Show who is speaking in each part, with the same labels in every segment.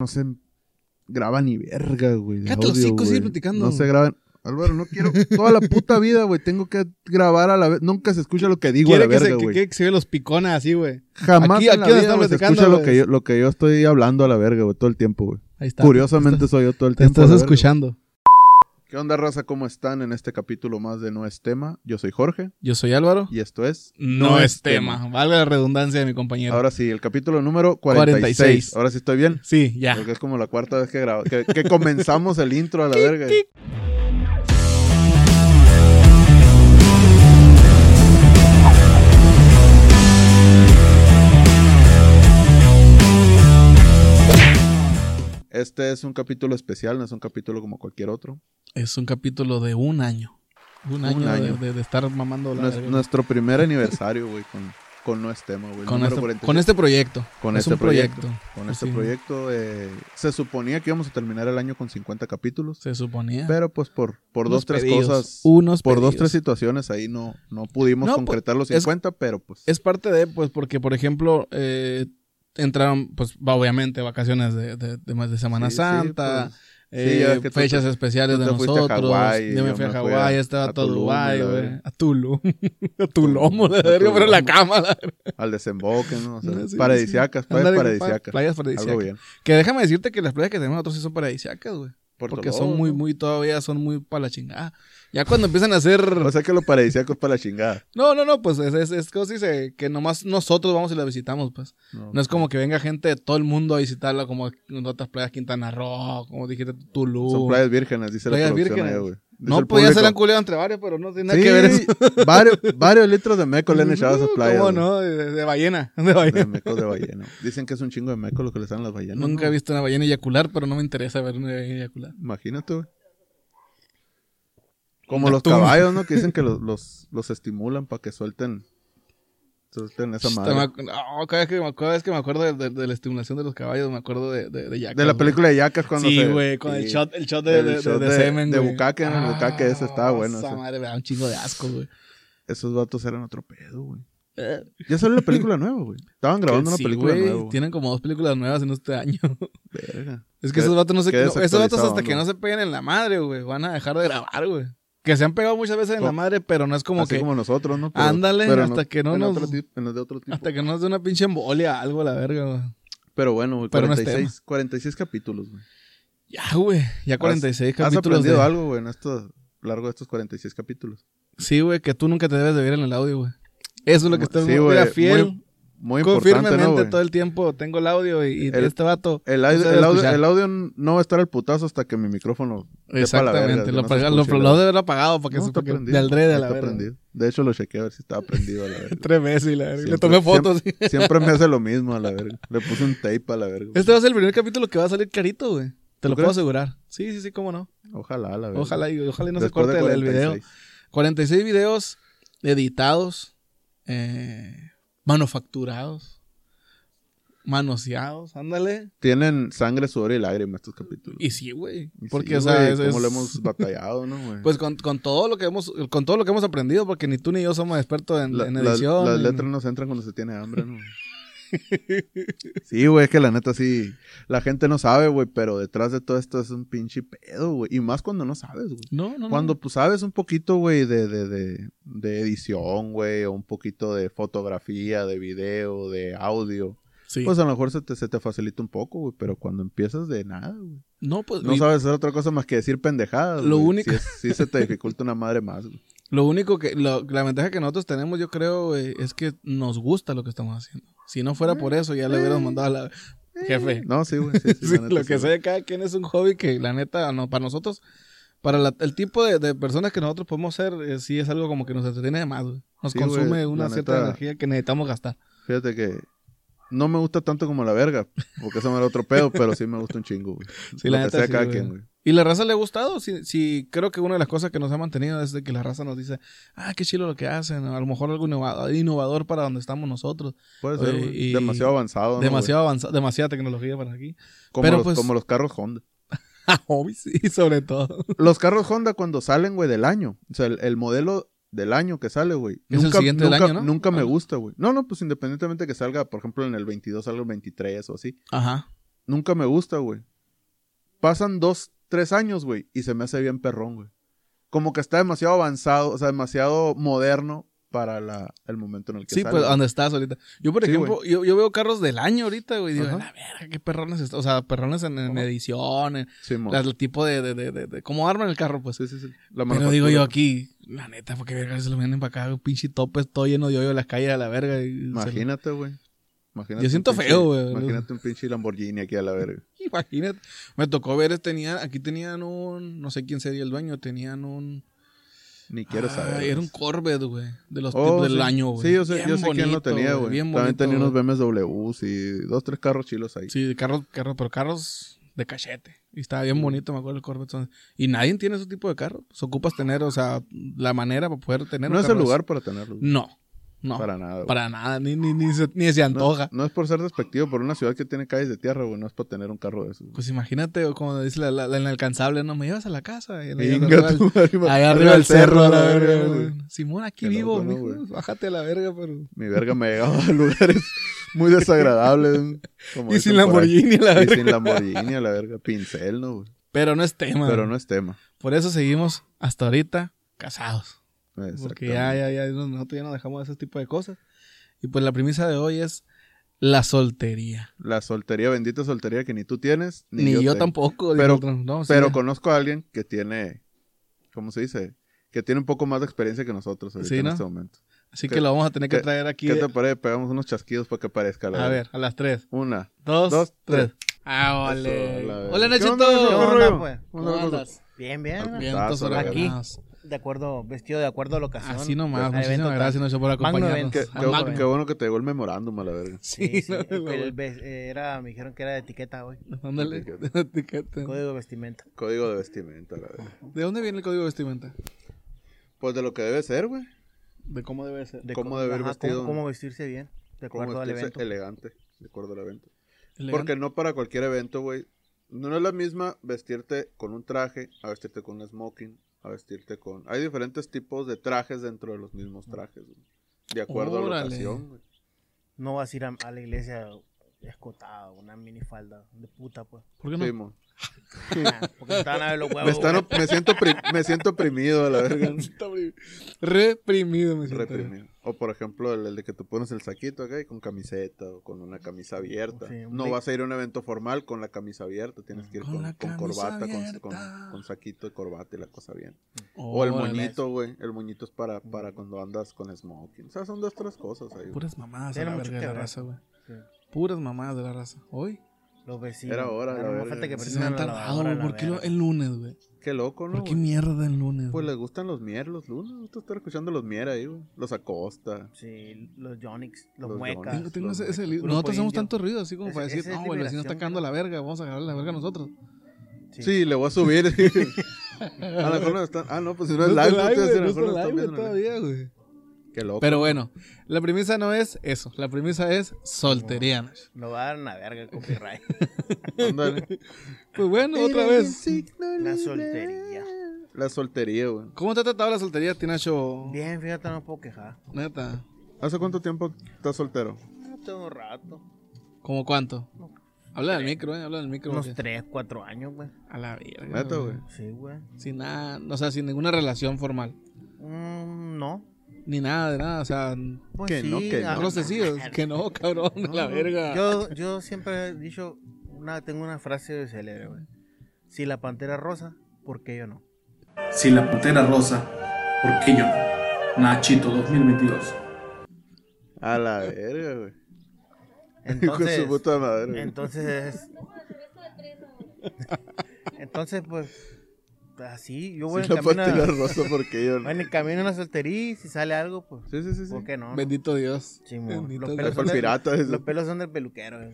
Speaker 1: no se graba ni verga, güey. de
Speaker 2: Cállate los
Speaker 1: audio,
Speaker 2: hocicos, sigue
Speaker 1: güey.
Speaker 2: platicando.
Speaker 1: No se graban. Álvaro, no quiero. Toda la puta vida, güey. Tengo que grabar a la vez. Nunca se escucha lo que digo a la
Speaker 2: Quiere que,
Speaker 1: verga,
Speaker 2: se, que,
Speaker 1: güey.
Speaker 2: quiere que se vea los picones así, güey.
Speaker 1: Jamás
Speaker 2: aquí-
Speaker 1: en la
Speaker 2: aquí donde
Speaker 1: vida,
Speaker 2: están
Speaker 1: güey, se
Speaker 2: platicando,
Speaker 1: escucha lo
Speaker 2: güey.
Speaker 1: que, yo, lo que yo estoy hablando a la verga, güey. Todo el tiempo, güey.
Speaker 2: Ahí está.
Speaker 1: Curiosamente
Speaker 2: Te
Speaker 1: soy yo todo el
Speaker 2: te
Speaker 1: tiempo. a
Speaker 2: estás
Speaker 1: la verga.
Speaker 2: escuchando.
Speaker 1: ¿Qué onda, raza? ¿Cómo están en este capítulo más de No es tema? Yo soy Jorge
Speaker 2: Yo soy Álvaro.
Speaker 1: y esto es...
Speaker 2: No, es tema. Valga la redundancia de mi compañero.
Speaker 1: Ahora sí, el capítulo número 46.
Speaker 2: 46.
Speaker 1: Ahora sí estoy bien.
Speaker 2: Sí, ya.
Speaker 1: Porque es como la cuarta vez que, grabo- que, que comenzamos el intro a la verga. Este es un capítulo especial, no es un capítulo como cualquier otro.
Speaker 2: Es un capítulo de un año. Un año, de-
Speaker 1: año.
Speaker 2: De, de estar mamando la
Speaker 1: Nues-
Speaker 2: verga.
Speaker 1: nuestro primer aniversario, güey, con, con No es tema, güey. el
Speaker 2: con,
Speaker 1: número
Speaker 2: este,
Speaker 1: 46.
Speaker 2: con este proyecto.
Speaker 1: Con
Speaker 2: es
Speaker 1: este
Speaker 2: un proyecto.
Speaker 1: Con este
Speaker 2: Sí.
Speaker 1: proyecto eh, se suponía que íbamos a terminar el año con 50 capítulos,
Speaker 2: Se suponía.
Speaker 1: pero pues por, por
Speaker 2: Unos
Speaker 1: dos, tres
Speaker 2: pedidos,
Speaker 1: cosas,
Speaker 2: Unos
Speaker 1: por dos,
Speaker 2: pedidos.
Speaker 1: tres situaciones ahí no, no pudimos
Speaker 2: No, pues,
Speaker 1: concretar los
Speaker 2: es-
Speaker 1: 50, pero pues
Speaker 2: Es parte de, pues, porque, por ejemplo, eh, entraron, pues, va, obviamente, vacaciones de, de, de más de Semana
Speaker 1: sí, pues,
Speaker 2: Santa,
Speaker 1: sí,
Speaker 2: eh,
Speaker 1: Sí, ya ves que tú
Speaker 2: fechas
Speaker 1: te-
Speaker 2: especiales
Speaker 1: tú
Speaker 2: de
Speaker 1: te fuiste a
Speaker 2: nosotros.
Speaker 1: Hawái,
Speaker 2: yo me
Speaker 1: yo
Speaker 2: fui a
Speaker 1: me fui
Speaker 2: Hawái,
Speaker 1: a-
Speaker 2: estaba
Speaker 1: a
Speaker 2: todo
Speaker 1: Tulum,
Speaker 2: Dubái,
Speaker 1: la
Speaker 2: güey.
Speaker 1: verga.
Speaker 2: A Tulum. a Tulum, la
Speaker 1: A
Speaker 2: verga, pero en la
Speaker 1: Tulum.
Speaker 2: cama. la verga.
Speaker 1: pues, al desemboque, ¿no? O sea,
Speaker 2: No, sí,
Speaker 1: paradisíacas,
Speaker 2: sí.
Speaker 1: playas
Speaker 2: Ándale,
Speaker 1: paradisíacas.
Speaker 2: Playas
Speaker 1: Algo
Speaker 2: paradisíacas.
Speaker 1: bien.
Speaker 2: Que déjame decirte que las playas que tenemos nosotros sí son paradisíacas, güey.
Speaker 1: Puerto
Speaker 2: Porque
Speaker 1: Lobo,
Speaker 2: son muy,
Speaker 1: ¿no?
Speaker 2: muy, todavía son muy para la chingada. Ya cuando empiezan a hacer...
Speaker 1: O sea Pues que lo paradisíaco es para la chingada.
Speaker 2: No, no, no, pues es, es, es cosa dice que nomás nosotros vamos y la visitamos, pues.
Speaker 1: No,
Speaker 2: No es como que venga gente de todo el mundo a visitarla, como en otras playas, Quintana Roo, como dijiste, Tulum.
Speaker 1: Son playas vírgenes, dice
Speaker 2: Playas
Speaker 1: la producción
Speaker 2: vírgenes.
Speaker 1: ahí, güey. Dice
Speaker 2: no,
Speaker 1: el
Speaker 2: podía ser
Speaker 1: público.
Speaker 2: han culeado entre varios, pero no tiene nada
Speaker 1: Sí,
Speaker 2: que ver eso.
Speaker 1: varios, varios litros de meco le han echado a esas
Speaker 2: Uh,
Speaker 1: playas.
Speaker 2: ¿Cómo
Speaker 1: güey.
Speaker 2: no? De, de ballena, de ballena.
Speaker 1: De mecos de ballena. Dicen que es un chingo de meco lo que le dan las ballenas.
Speaker 2: Nunca
Speaker 1: ¿no?
Speaker 2: he visto una ballena eyacular, pero no me interesa ver una ballena eyacular.
Speaker 1: Imagínate, güey. Como
Speaker 2: Una
Speaker 1: los
Speaker 2: tumba.
Speaker 1: caballos, ¿no? Que dicen que los, los, los estimulan para que suelten. Suelten esa
Speaker 2: Esta
Speaker 1: madre.
Speaker 2: me ac- no, cada, vez que me, cada vez que me acuerdo de, de- de la estimulación de los caballos, me acuerdo de, de, de Jackass,
Speaker 1: De la
Speaker 2: güey.
Speaker 1: película de Yacas cuando
Speaker 2: Sí,
Speaker 1: se-
Speaker 2: güey, con el
Speaker 1: sí.
Speaker 2: shot, el shot de,
Speaker 1: El
Speaker 2: de, de-
Speaker 1: shot
Speaker 2: de
Speaker 1: de-
Speaker 2: semen,
Speaker 1: de
Speaker 2: güey.
Speaker 1: bucaque, en el
Speaker 2: Ah,
Speaker 1: bucaque ese estaba bueno,
Speaker 2: Esa
Speaker 1: ese.
Speaker 2: madre me da un chingo de asco, güey.
Speaker 1: Esos vatos eran otro pedo, güey.
Speaker 2: Eh,
Speaker 1: Ya salió la película nueva, güey. Estaban grabando
Speaker 2: que
Speaker 1: una
Speaker 2: sí,
Speaker 1: película
Speaker 2: güey,
Speaker 1: nueva. güey.
Speaker 2: Tienen como dos películas nuevas en este año.
Speaker 1: Verga.
Speaker 2: Es
Speaker 1: Qué-
Speaker 2: que esos vatos no se...
Speaker 1: qué
Speaker 2: no, esos vatos
Speaker 1: desactualizado,
Speaker 2: hasta que
Speaker 1: ¿no?
Speaker 2: no se peguen en la madre, güey. Van a dejar de grabar, güey. Que se han pegado muchas veces en la
Speaker 1: Co-
Speaker 2: madre, pero no es como
Speaker 1: Así
Speaker 2: que...
Speaker 1: como nosotros, ¿no?
Speaker 2: Ándale,
Speaker 1: en
Speaker 2: hasta
Speaker 1: ot-
Speaker 2: que no
Speaker 1: en
Speaker 2: nos-
Speaker 1: otro tip- en los de otro tipo.
Speaker 2: Hasta que no nos dé una pinche embolia algo a la verga, güey.
Speaker 1: Pero bueno, güey,
Speaker 2: Pero no es
Speaker 1: 46, 46 capítulos, güey.
Speaker 2: Ya, güey. Ya 46
Speaker 1: ¿Has
Speaker 2: capítulos
Speaker 1: aprendido
Speaker 2: de-
Speaker 1: algo, güey, en estos, largo de estos 46 capítulos?
Speaker 2: Sí, güey, que tú nunca te debes de ver en el audio, güey. Eso es lo que
Speaker 1: Sí,
Speaker 2: estoy...
Speaker 1: güey,
Speaker 2: Mira, fiel.
Speaker 1: muy- Muy
Speaker 2: Con-
Speaker 1: importante, ¿no,
Speaker 2: firmemente
Speaker 1: güey?
Speaker 2: todo el tiempo tengo el audio y, y
Speaker 1: El-
Speaker 2: este vato.
Speaker 1: El,
Speaker 2: no se
Speaker 1: audio,
Speaker 2: debe
Speaker 1: el, audio,
Speaker 2: escuchar.
Speaker 1: el audio no va a estar al putazo hasta que mi micrófono... dé pa' la verga,
Speaker 2: Exactamente,
Speaker 1: que
Speaker 2: lo,
Speaker 1: no se
Speaker 2: apaga- lo,
Speaker 1: escuche,
Speaker 2: lo
Speaker 1: la-
Speaker 2: debe haber apagado para que
Speaker 1: No,
Speaker 2: se
Speaker 1: está
Speaker 2: porque-
Speaker 1: prendido.
Speaker 2: de Aldred a la
Speaker 1: Está
Speaker 2: verga.
Speaker 1: prendido. De hecho, lo chequeé a ver si estaba prendido a la verga.
Speaker 2: Tres veces y la verga. Le
Speaker 1: Siempre-
Speaker 2: tomé fotos.
Speaker 1: Siempre me hace lo mismo a la verga. Le puse un tape a la verga. güey.
Speaker 2: Este va a ser el primer capítulo que va a salir carito, güey. Te
Speaker 1: ¿Tú
Speaker 2: lo
Speaker 1: crees?
Speaker 2: puedo asegurar. Sí, sí, sí, cómo no.
Speaker 1: Ojalá, a la verga.
Speaker 2: Ojalá y, ojalá y no
Speaker 1: Después
Speaker 2: se
Speaker 1: de
Speaker 2: corte el, el video.
Speaker 1: 46.
Speaker 2: 46 videos editados, eh, manufacturados, manoseados, ándale.
Speaker 1: Tienen sangre, sudor y lágrimas estos capítulos.
Speaker 2: Y sí, güey.
Speaker 1: Y
Speaker 2: Porque,
Speaker 1: sí,
Speaker 2: o sea,
Speaker 1: güey,
Speaker 2: es-
Speaker 1: cómo
Speaker 2: es-
Speaker 1: lo hemos batallado, ¿no, güey?
Speaker 2: Pues con, con todo lo que hemos, con todo lo que hemos aprendido, porque ni tú ni yo somos expertos en,
Speaker 1: La-
Speaker 2: en
Speaker 1: la-
Speaker 2: edición.
Speaker 1: las
Speaker 2: en-
Speaker 1: letras nos entran cuando se tiene hambre, ¿no? sí, güey, es que la neta sí. La gente no sabe, güey, pero detrás de todo esto es un pinche pedo, güey. Y más cuando no sabes, güey.
Speaker 2: No, no, no.
Speaker 1: Cuando pues sabes un poquito, güey, de, de, de, de edición, güey, o un poquito de fotografía, de video, de audio,
Speaker 2: Sí.
Speaker 1: pues a lo mejor se te, se te facilita un poco, güey, pero cuando empiezas de nada, güey,
Speaker 2: no, pues,
Speaker 1: no
Speaker 2: y
Speaker 1: sabes hacer otra cosa más que decir pendejadas.
Speaker 2: Lo
Speaker 1: güey.
Speaker 2: único-
Speaker 1: Sí, es- sí se te dificulta una madre más, güey.
Speaker 2: lo único que, lo- la ventaja que nosotros tenemos, yo creo, güey, es que nos gusta lo que estamos haciendo. Si no fuera por eso, ya le hubiéramos mandado a la jefe.
Speaker 1: Eh, No, sí, güey. Mm. Sí, sí,
Speaker 2: Sí,
Speaker 1: la neta,
Speaker 2: lo
Speaker 1: sí,
Speaker 2: que
Speaker 1: güey.
Speaker 2: sea, cada quien es un hobby que la neta, no, para nosotros, para la- el tipo de, de personas que nosotros podemos ser, eh, sí es algo como que nos entretiene de más, güey. Nos
Speaker 1: Sí, güey,
Speaker 2: consume
Speaker 1: la
Speaker 2: una cierta
Speaker 1: neta.
Speaker 2: energía que necesitamos gastar.
Speaker 1: Fíjate que no me gusta tanto como la verga, porque eso me da otro pedo, pero sí me gusta un chingo, güey.
Speaker 2: Sí,
Speaker 1: Lo
Speaker 2: la
Speaker 1: que
Speaker 2: neta,
Speaker 1: sea
Speaker 2: sí,
Speaker 1: cada
Speaker 2: güey.
Speaker 1: quien, güey.
Speaker 2: Y la raza le ha gustado. Sí, sí, creo que una de las cosas que nos ha mantenido es de que la raza nos dice, ah, qué chilo lo que hacen. A lo mejor algo innova- innovador para donde estamos nosotros.
Speaker 1: Puede ser,
Speaker 2: Oye,
Speaker 1: güey.
Speaker 2: y-
Speaker 1: Demasiado avanzado, ¿no,
Speaker 2: demasiado avanzado, demasiada tecnología para aquí.
Speaker 1: güey? Como,
Speaker 2: pero
Speaker 1: los,
Speaker 2: pues-
Speaker 1: como los carros Honda.
Speaker 2: Ah, obvio, sí, sobre todo.
Speaker 1: Los carros Honda cuando salen, güey, del año. O sea, el, el modelo del año que sale, güey.
Speaker 2: Es el siguiente del
Speaker 1: nunca-
Speaker 2: año, ¿no?
Speaker 1: Nunca me
Speaker 2: Ah.
Speaker 1: gusta, güey. No, no, pues independientemente que salga, por ejemplo, en el 22, salga el 23 o así.
Speaker 2: Ajá.
Speaker 1: nunca me gusta, güey. Pasan dos, tres años, güey, y se me hace bien perrón, güey. Como que está demasiado avanzado, o sea, demasiado moderno para la, el momento en el que
Speaker 2: Sí,
Speaker 1: sale.
Speaker 2: pues donde estás ahorita. Yo, por
Speaker 1: Sí,
Speaker 2: ejemplo, yo, yo veo carros del año ahorita, güey. Digo,
Speaker 1: Ajá.
Speaker 2: la verga, qué perrones está. O sea, perrones en, en
Speaker 1: Ajá.
Speaker 2: edición, en-
Speaker 1: Simón.
Speaker 2: las- el tipo de, de, de, de- de- cómo arman el carro, pues.
Speaker 1: Sí, sí, sí. La
Speaker 2: Pero digo
Speaker 1: manufactura.
Speaker 2: yo aquí, la neta, porque verga se lo vienen para acá, güey, pinche tope, todo lleno de hoyo en las calles a la verga. y se lo-
Speaker 1: Imagínate, güey. Imagínate
Speaker 2: Yo
Speaker 1: un
Speaker 2: siento
Speaker 1: pinche-
Speaker 2: feo, güey.
Speaker 1: Imagínate un pinche Lamborghini aquí a la verga.
Speaker 2: Imagínate. Me tocó ver, tenían, aquí tenían un, no sé quién sería el dueño, tenían un...
Speaker 1: Ni quiero
Speaker 2: Ay,
Speaker 1: saber.
Speaker 2: Era un Corvette, güey, de los
Speaker 1: Oh,
Speaker 2: tips del
Speaker 1: sí.
Speaker 2: año, güey.
Speaker 1: Sí, yo sé,
Speaker 2: Bien
Speaker 1: yo sé quién lo
Speaker 2: bonito,
Speaker 1: tenía, güey.
Speaker 2: bien
Speaker 1: También
Speaker 2: bonito,
Speaker 1: tenía
Speaker 2: güey.
Speaker 1: unos BMWs y dos, tres carros chilos ahí.
Speaker 2: Sí, de carros, carros, pero carros de cachete. Y estaba bien bonito, me acuerdo, el Corvette. Son- Y nadie tiene ese tipo de carros. Pues ocupas tener, o sea, la manera para poder tener.
Speaker 1: no
Speaker 2: un
Speaker 1: es el
Speaker 2: carro de
Speaker 1: lugar para tenerlos.
Speaker 2: esos.
Speaker 1: güey.
Speaker 2: No, pues. no. Para,
Speaker 1: Para nada, güey.
Speaker 2: nada, ni, ni, ni, se, ni se
Speaker 1: No-
Speaker 2: antoja.
Speaker 1: No, es por ser despectivo, pero una ciudad que tiene calles de tierra, güey, no es para tener un carro de esos. güey.
Speaker 2: Pues imagínate, o como dice la, la- la inalcanzable, no me llevas a la casa. Y la-
Speaker 1: Inga tu madre, arriba-
Speaker 2: Allá arriba del cerro, a la verga.
Speaker 1: güey.
Speaker 2: güey. Simón, aquí
Speaker 1: Qué
Speaker 2: vivo,
Speaker 1: loco, ¿no,
Speaker 2: mijo,
Speaker 1: güey?
Speaker 2: Bájate a la verga, pero.
Speaker 1: Mi verga me llegaba a lugares muy desagradables. como
Speaker 2: Y
Speaker 1: dicen
Speaker 2: sin
Speaker 1: por ahí.
Speaker 2: Lamborghini, a la
Speaker 1: Y
Speaker 2: verga.
Speaker 1: sin Lamborghini, a la verga. Pincel, ¿no? güey?
Speaker 2: Pero no es tema.
Speaker 1: Pero no es tema.
Speaker 2: Por eso seguimos hasta ahorita casados. Porque
Speaker 1: Exactamente.
Speaker 2: ya, ya, ya, nosotros ya no dejamos ese tipo de cosas. Y pues la premisa de hoy es la soltería.
Speaker 1: La soltería, bendita soltería que ni tú tienes, ni,
Speaker 2: Ni, yo,
Speaker 1: tengo.
Speaker 2: tampoco.
Speaker 1: Pero-
Speaker 2: digo, no, sí,
Speaker 1: Pero
Speaker 2: ya.
Speaker 1: conozco a alguien que tiene, ¿cómo se dice? Que tiene un poco más de experiencia que nosotros ahorita
Speaker 2: Sí,
Speaker 1: en
Speaker 2: ¿no?
Speaker 1: este momento.
Speaker 2: Así
Speaker 1: ¿qué-
Speaker 2: que lo vamos a tener que
Speaker 1: qué-
Speaker 2: traer aquí.
Speaker 1: ¿Qué te parece? Pegamos unos chasquidos para que aparezca la
Speaker 2: a
Speaker 1: verga.
Speaker 2: ver, a las tres.
Speaker 1: Una.
Speaker 2: Dos,
Speaker 1: Dos,
Speaker 2: tres. Ah,
Speaker 1: Eso, la
Speaker 2: vale.
Speaker 1: verga.
Speaker 2: Hola,
Speaker 1: ¿Qué
Speaker 2: Nachito.
Speaker 1: onda, Nacho? ¿Qué
Speaker 3: ¿Cómo
Speaker 1: rollo?
Speaker 3: andas, pues?
Speaker 1: ¿Cómo andas,
Speaker 2: andas?
Speaker 3: Bien, bien.
Speaker 2: Ah, Bien,
Speaker 1: Estás,
Speaker 2: todos
Speaker 1: la verga.
Speaker 2: aquí.
Speaker 3: De acuerdo, vestido de acuerdo a la ocasión.
Speaker 2: Así nomás.
Speaker 3: Al
Speaker 2: Muchísimas
Speaker 3: evento
Speaker 2: gracias,
Speaker 3: tal.
Speaker 2: Nacho, por
Speaker 3: Magno
Speaker 2: acompañarnos.
Speaker 3: evento.
Speaker 1: Qué,
Speaker 3: Ah,
Speaker 1: qué-
Speaker 3: Magno.
Speaker 1: qué bueno que te llegó el memorándum a la verga.
Speaker 3: Sí, sí,
Speaker 2: no,
Speaker 3: el-
Speaker 2: güey.
Speaker 3: el ves- era, me dijeron que era de etiqueta, güey.
Speaker 2: Ándale, etiqueta.
Speaker 3: Código de vestimenta.
Speaker 1: Código de vestimenta, la verga.
Speaker 2: ¿De dónde viene el código de vestimenta?
Speaker 1: Pues de lo que debe ser, güey.
Speaker 2: ¿De cómo debe ser?
Speaker 3: De
Speaker 1: ¿Cómo debe ir
Speaker 3: ajá,
Speaker 1: vestido?
Speaker 3: Cómo, cómo vestirse bien, de
Speaker 1: Como
Speaker 3: acuerdo al
Speaker 1: vestirse
Speaker 3: evento.
Speaker 1: elegante, de acuerdo al evento. Porque no para cualquier evento, güey. No es la misma vestirte con un traje, a vestirte con un smoking, a vestirte con... Hay diferentes tipos de trajes dentro de los mismos trajes, güey. De acuerdo a la
Speaker 2: Órale.
Speaker 1: ocasión, güey.
Speaker 3: No vas a ir a, a la iglesia escotada, una minifalda de puta, pues.
Speaker 2: ¿Por qué no?
Speaker 1: Sí, mo.
Speaker 3: Nah, Porque te van a ver los huevos.
Speaker 1: me, están
Speaker 3: güey.
Speaker 1: op- me siento pri- me siento oprimido, a la verga.
Speaker 2: Reprimido, me siento.
Speaker 1: Reprimido. O por ejemplo, el, el de que te pones el saquito acá y con camiseta o con una camisa abierta.
Speaker 3: Sí, un
Speaker 1: no
Speaker 3: bri-
Speaker 1: vas a ir a un evento formal con la camisa abierta. Tienes que ir
Speaker 2: Mm. Con
Speaker 1: con,
Speaker 2: la
Speaker 1: con
Speaker 2: camisa
Speaker 1: corbata, con,
Speaker 2: abierta.
Speaker 1: con- con saquito y corbata y la cosa bien. O el
Speaker 2: Órale. Mm.
Speaker 1: moñito, güey. El moñito es para, para cuando andas con smoking. O sea, son dos, tres cosas ahí. güey.
Speaker 2: Puras mamadas de
Speaker 3: Tiene
Speaker 2: la
Speaker 3: mucho
Speaker 2: verga de
Speaker 3: que
Speaker 2: la
Speaker 3: ver.
Speaker 2: raza, güey.
Speaker 3: Sí,
Speaker 2: Puras mamadas de la raza. Hoy
Speaker 3: Los vecinos.
Speaker 1: Era hora,
Speaker 3: Ah,
Speaker 1: la
Speaker 3: No me
Speaker 1: verga.
Speaker 3: falta que
Speaker 1: Sí,
Speaker 2: sí se me
Speaker 3: prendan
Speaker 2: han
Speaker 3: la
Speaker 2: tardado,
Speaker 3: lavadora,
Speaker 2: güey.
Speaker 3: la
Speaker 2: ¿Por qué lo-
Speaker 3: verga.
Speaker 2: el lunes, güey?
Speaker 1: Qué loco, ¿no?
Speaker 2: ¿Por qué
Speaker 1: güey?
Speaker 2: mierda el lunes?
Speaker 1: Pues
Speaker 2: güey?
Speaker 1: les gustan los mier los lunes. Gusta estar escuchando los mier ahí, güey. Los Acosta.
Speaker 3: Sí, los Yonix, los,
Speaker 1: Los
Speaker 3: muecas.
Speaker 1: Yonix.
Speaker 2: Tengo, tengo
Speaker 1: los
Speaker 2: ese,
Speaker 1: de-
Speaker 2: ese li-
Speaker 3: grupo
Speaker 2: Nosotros hacemos
Speaker 3: indio.
Speaker 2: tanto ruido, así como
Speaker 3: Ese-
Speaker 2: para decir,
Speaker 3: ese es
Speaker 2: no, güey, el vecino
Speaker 3: liberación,
Speaker 2: está cagando
Speaker 3: ¿no?
Speaker 2: la verga, vamos a agarrar la verga nosotros.
Speaker 1: Sí. le voy a subir. a lo mejor no están. Ah, no, pues si no es live,
Speaker 2: está
Speaker 1: ustedes a
Speaker 2: güey,
Speaker 1: lo mejor
Speaker 2: no está
Speaker 1: no están
Speaker 2: live
Speaker 1: viendo en el-
Speaker 2: todavía, güey.
Speaker 1: Qué loco.
Speaker 2: Pero bueno, la premisa no es eso, la premisa es soltería. Nacho.
Speaker 3: Nos va a dar una verga el copyright.
Speaker 1: Ándale.
Speaker 2: Pues bueno, otra vez.
Speaker 3: La soltería.
Speaker 1: La soltería, güey.
Speaker 2: ¿Cómo te ha tratado la soltería, Tinacho?
Speaker 3: Bien, fíjate, no puedo quejar.
Speaker 2: Neta.
Speaker 1: ¿Hace cuánto tiempo estás soltero?
Speaker 3: Ah, Tengo un rato.
Speaker 2: ¿Cómo cuánto?
Speaker 3: No.
Speaker 2: Habla del micro, eh, habla del micro.
Speaker 3: Unos
Speaker 2: porque-
Speaker 3: 3, 4 años, güey.
Speaker 2: A la verga.
Speaker 1: Neta, güey.
Speaker 3: Sí, güey.
Speaker 2: Sin nada, o sea, sin ninguna relación formal.
Speaker 3: Mm, no.
Speaker 2: Ni nada de nada, o sea, no
Speaker 3: Pues
Speaker 1: Que
Speaker 3: sí,
Speaker 1: no, que no.
Speaker 3: ah,
Speaker 2: los sencillos. Que no, cabrón, a la verga.
Speaker 3: Yo, yo siempre he dicho, una, tengo una frase célebre, güey. Si la pantera rosa, ¿por qué yo no?
Speaker 4: Si la pantera rosa, ¿por qué yo no? Nachito 2022.
Speaker 1: A la verga, güey. Hijo de
Speaker 3: Entonces,
Speaker 1: su puta madre. güey.
Speaker 3: entonces, entonces, pues, así, yo voy
Speaker 1: Si
Speaker 3: en
Speaker 1: la
Speaker 3: camino,
Speaker 1: pastilla
Speaker 3: a-
Speaker 1: rosa, ¿por qué yo
Speaker 3: voy
Speaker 1: no?
Speaker 3: en el camino a la soltería y si sale algo, pues,
Speaker 1: Sí, sí, sí. sí.
Speaker 3: ¿por qué no? no?
Speaker 2: Bendito Dios.
Speaker 3: Sí, mo,
Speaker 2: Bendito
Speaker 3: los
Speaker 2: Dios.
Speaker 3: pelos
Speaker 1: Fue el
Speaker 3: son del-
Speaker 1: pirata ese.
Speaker 3: Los pelos son del peluquero, güey.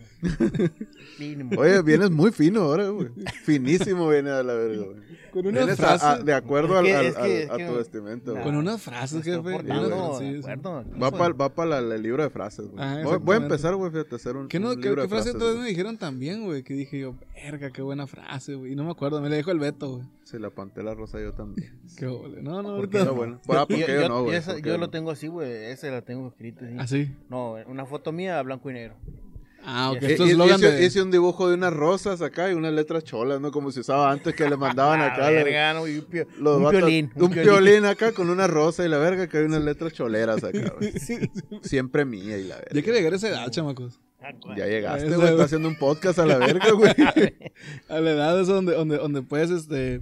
Speaker 3: Mínimo.
Speaker 1: Oye, vienes muy fino ahora, güey. Finísimo viene a la verga, güey.
Speaker 2: Con unas
Speaker 1: Vienes a- a-
Speaker 2: frases,
Speaker 1: de acuerdo
Speaker 3: Es
Speaker 1: al,
Speaker 3: que-
Speaker 1: al-
Speaker 3: es que-
Speaker 1: al- a
Speaker 3: es que-
Speaker 1: tu vestimenta, güey.
Speaker 2: con unas frases,
Speaker 3: Estoy
Speaker 2: jefe.
Speaker 3: portando,
Speaker 2: Unas-
Speaker 3: de
Speaker 2: sí, sí.
Speaker 3: acuerdo,
Speaker 1: Va
Speaker 3: incluso.
Speaker 1: para el libro de frases, güey. Voy-
Speaker 2: Ah,
Speaker 1: voy, a
Speaker 2: exactamente.
Speaker 1: empezar, güey, fíjate, a hacer un,
Speaker 2: ¿Qué, no,
Speaker 1: un
Speaker 2: qué-
Speaker 1: libro
Speaker 2: qué
Speaker 1: de
Speaker 2: frase
Speaker 1: frases.
Speaker 2: todas
Speaker 1: güey.
Speaker 2: me dijeron también, güey? Que dije yo, verga, qué buena frase, güey. Y no me acuerdo, me la dijo el Beto, güey.
Speaker 1: Si la pantera rosa, yo también.
Speaker 2: Qué ole. No, no,
Speaker 3: ¿Por
Speaker 2: ahorita.
Speaker 3: qué
Speaker 1: Está bueno. Ah, ¿por
Speaker 3: yo,
Speaker 1: qué yo
Speaker 3: yo-
Speaker 1: no, güey?
Speaker 3: esa-
Speaker 1: ¿Por qué
Speaker 3: yo
Speaker 1: yo no?
Speaker 3: lo
Speaker 2: Ah,
Speaker 3: tengo así, güey. Ese lo tengo escrito. así.
Speaker 2: Así.
Speaker 3: No, una foto mía a blanco y negro.
Speaker 2: Ah, ok.
Speaker 3: Y-
Speaker 2: Esto es
Speaker 1: Y- y-
Speaker 2: eslogan
Speaker 1: E, hice,
Speaker 2: de...
Speaker 1: hice un dibujo de unas rosas acá y unas letras cholas, ¿no? Como se usaba antes que le mandaban
Speaker 3: Ah,
Speaker 1: acá. la-
Speaker 3: verga, no, y un pio-
Speaker 1: los
Speaker 3: un
Speaker 1: vatos-
Speaker 3: piolín,
Speaker 1: Un, piolín acá con una rosa y la verga que hay unas letras choleras acá, güey. Siempre mía y la verga.
Speaker 2: Ya que llegar a esa edad, chamacos.
Speaker 1: Ya llegaste,
Speaker 2: Esa,
Speaker 1: güey.
Speaker 2: güey.
Speaker 1: Estás haciendo un podcast a la verga, güey.
Speaker 2: A la edad es donde, donde, donde puedes, este...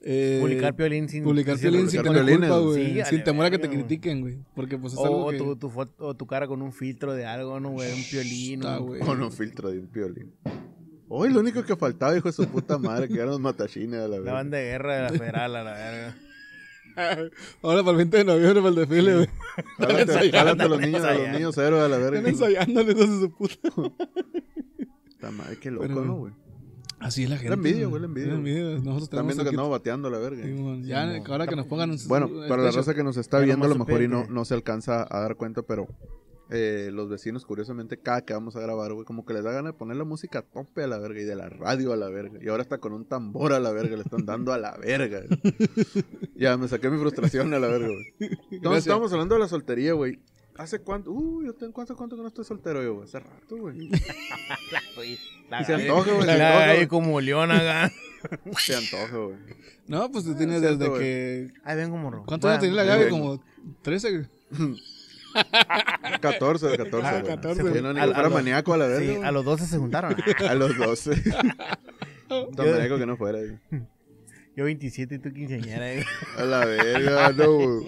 Speaker 2: eh,
Speaker 3: Publicar piolín sin.
Speaker 2: Publicar
Speaker 3: sin-
Speaker 2: piolín sin
Speaker 1: publicar
Speaker 2: tener
Speaker 1: piolines.
Speaker 2: culpa,
Speaker 3: Sí,
Speaker 2: güey.
Speaker 3: a la
Speaker 2: sin temor a que te
Speaker 3: verga, güey. Oh,
Speaker 2: critiquen, güey. Porque pues es algo
Speaker 3: O
Speaker 2: que...
Speaker 3: tu, tu foto, o tu cara con un filtro de algo, ¿no, güey? Un piolín.
Speaker 2: Está,
Speaker 3: un-
Speaker 2: güey.
Speaker 1: Con un filtro de un piolín. Hoy lo único que faltaba, hijo de su puta madre, que eran los matachines a la
Speaker 3: La
Speaker 1: verga.
Speaker 3: banda de guerra de la federal, a la verga.
Speaker 2: Ahora para el 20 de noviembre, para el desfile, güey.
Speaker 1: Jálate, jálate a los niños, a los
Speaker 3: ensayando.
Speaker 1: niños héroes a la
Speaker 2: Están
Speaker 1: verga.
Speaker 2: ensayándole hijos de su puta.
Speaker 1: Puta madre, qué loco,
Speaker 2: Pero-
Speaker 1: ¿no, güey?
Speaker 2: Así es la gente.
Speaker 1: envidia, güey, la
Speaker 2: Era
Speaker 1: envidia.
Speaker 2: Nosotros
Speaker 1: Están
Speaker 2: tenemos
Speaker 1: viendo que
Speaker 2: aquí-
Speaker 1: andamos bateando a la verga.
Speaker 2: Simón, Ya,
Speaker 3: Simón.
Speaker 2: que ahora que nos pongan un...
Speaker 1: Bueno,
Speaker 2: un-
Speaker 1: para la
Speaker 2: este-
Speaker 1: raza que nos está
Speaker 3: Ya
Speaker 1: viendo, a lo
Speaker 3: nomás
Speaker 1: mejor y no,
Speaker 3: supe que-
Speaker 1: no se alcanza a dar cuenta, pero eh, los vecinos, curiosamente, cada que vamos a grabar, güey, como que les da ganas de poner la música a tope a la verga y de la radio a la verga. Y ahora está con un tambor a la verga, le están dando a la verga. güey. ya, me saqué mi frustración a la verga, güey. Entonces,
Speaker 2: Gracias.
Speaker 1: estábamos hablando de la soltería, güey. ¿Hace cuánto? Uh, yo tengo cuánto, cuánto que no estoy soltero yo, güey. Hace rato, güey.
Speaker 3: La
Speaker 1: Y se
Speaker 3: galle-
Speaker 1: antoja, güey,
Speaker 3: La
Speaker 1: se antoja,
Speaker 3: galle
Speaker 1: güey.
Speaker 3: como león acá.
Speaker 1: Se antoja, güey.
Speaker 2: No, pues tú tienes
Speaker 1: Ah, cierto,
Speaker 2: desde
Speaker 1: güey.
Speaker 2: que...
Speaker 3: Ahí vengo, morro.
Speaker 2: ¿Cuántos
Speaker 3: Va,
Speaker 2: años tenía la
Speaker 3: va.
Speaker 2: Gaby?
Speaker 1: bien.
Speaker 2: Como 13, güey.
Speaker 1: 14, 14,
Speaker 2: Ah,
Speaker 1: güey.
Speaker 2: 14,
Speaker 1: Sí,
Speaker 2: güey.
Speaker 1: no, ni
Speaker 3: A-
Speaker 1: que
Speaker 3: a
Speaker 1: fuera
Speaker 3: los-
Speaker 1: maníaco a la verga.
Speaker 3: Sí,
Speaker 1: güey.
Speaker 3: a los 12 se juntaron. Ah,
Speaker 1: A los 12. Tan
Speaker 3: Yo-
Speaker 1: maníaco que no fuera. güey.
Speaker 3: Yo 27 y tú quinceañera. eh.
Speaker 1: A la verga, no. güey.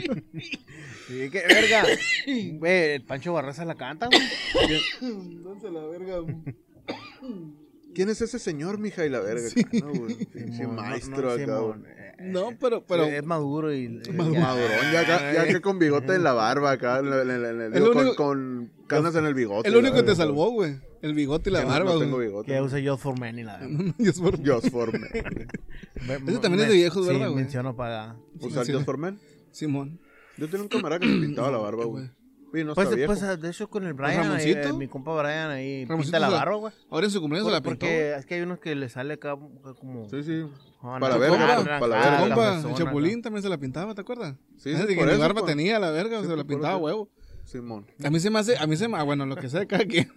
Speaker 3: Sí, qué verga. Güey, el Pancho Barraza la canta, güey.
Speaker 2: Entonces la verga.
Speaker 1: ¿Quién es ese señor, mija? Y la verga. No, güey. Pinche
Speaker 3: Simón, no, no,
Speaker 1: maestro acá,
Speaker 3: Simón.
Speaker 1: güey.
Speaker 3: Eh,
Speaker 2: No, pero, pero
Speaker 3: es maduro y... eh,
Speaker 2: Maduro.
Speaker 1: Madurón, ya, acá- ya que con bigote en la barba acá, en la- en la- en la-
Speaker 2: El
Speaker 1: digo,
Speaker 2: único-
Speaker 1: con, con canas en el bigote.
Speaker 2: el único que
Speaker 1: la
Speaker 2: te
Speaker 1: verga,
Speaker 2: salvó, güey. El bigote y la
Speaker 1: que no-
Speaker 2: barba,
Speaker 1: No
Speaker 2: güey.
Speaker 1: tengo bigote.
Speaker 3: Que usa yo for men y la verdad.
Speaker 2: Dios por-
Speaker 1: Dios Formen. güey.
Speaker 3: Ese
Speaker 2: también es de viejos,
Speaker 3: sí,
Speaker 2: ¿verdad, güey?
Speaker 3: menciono para...
Speaker 1: ¿Usar
Speaker 2: Sí,
Speaker 1: Dios
Speaker 2: sí.
Speaker 1: Formen?
Speaker 2: Simón.
Speaker 1: Yo tenía un camarada que se pintaba la barba, güey. Y no
Speaker 3: Pues,
Speaker 1: está viejo.
Speaker 3: pues, de hecho, con el Brian, ahí,
Speaker 2: Ramoncito?
Speaker 3: eh, mi compa Brian ahí,
Speaker 2: Ramoncito
Speaker 3: pinta la
Speaker 2: se la-
Speaker 3: barba, güey.
Speaker 2: Ahora en su cumpleaños se la pintó.
Speaker 3: Porque es que hay unos que le sale acá como...
Speaker 1: Sí, sí.
Speaker 3: Ah,
Speaker 1: Para
Speaker 3: no,
Speaker 1: verga,
Speaker 3: ah,
Speaker 1: para la
Speaker 3: ah,
Speaker 1: verga.
Speaker 2: güey. Tu
Speaker 1: la
Speaker 2: compa,
Speaker 3: cabezona,
Speaker 2: el Chapulín también se la pintaba, ¿te acuerdas?
Speaker 1: Sí, sí,
Speaker 2: Antes de que
Speaker 1: por
Speaker 2: ni
Speaker 1: eso,
Speaker 2: barba
Speaker 1: por-
Speaker 2: tenía la verga,
Speaker 1: sí,
Speaker 2: se la
Speaker 1: por
Speaker 2: pintaba,
Speaker 1: eso.
Speaker 2: huevo.
Speaker 1: Simón.
Speaker 2: A mí se me hace, a mí se me, ah, bueno, lo que sea de cada quien.
Speaker 3: acá.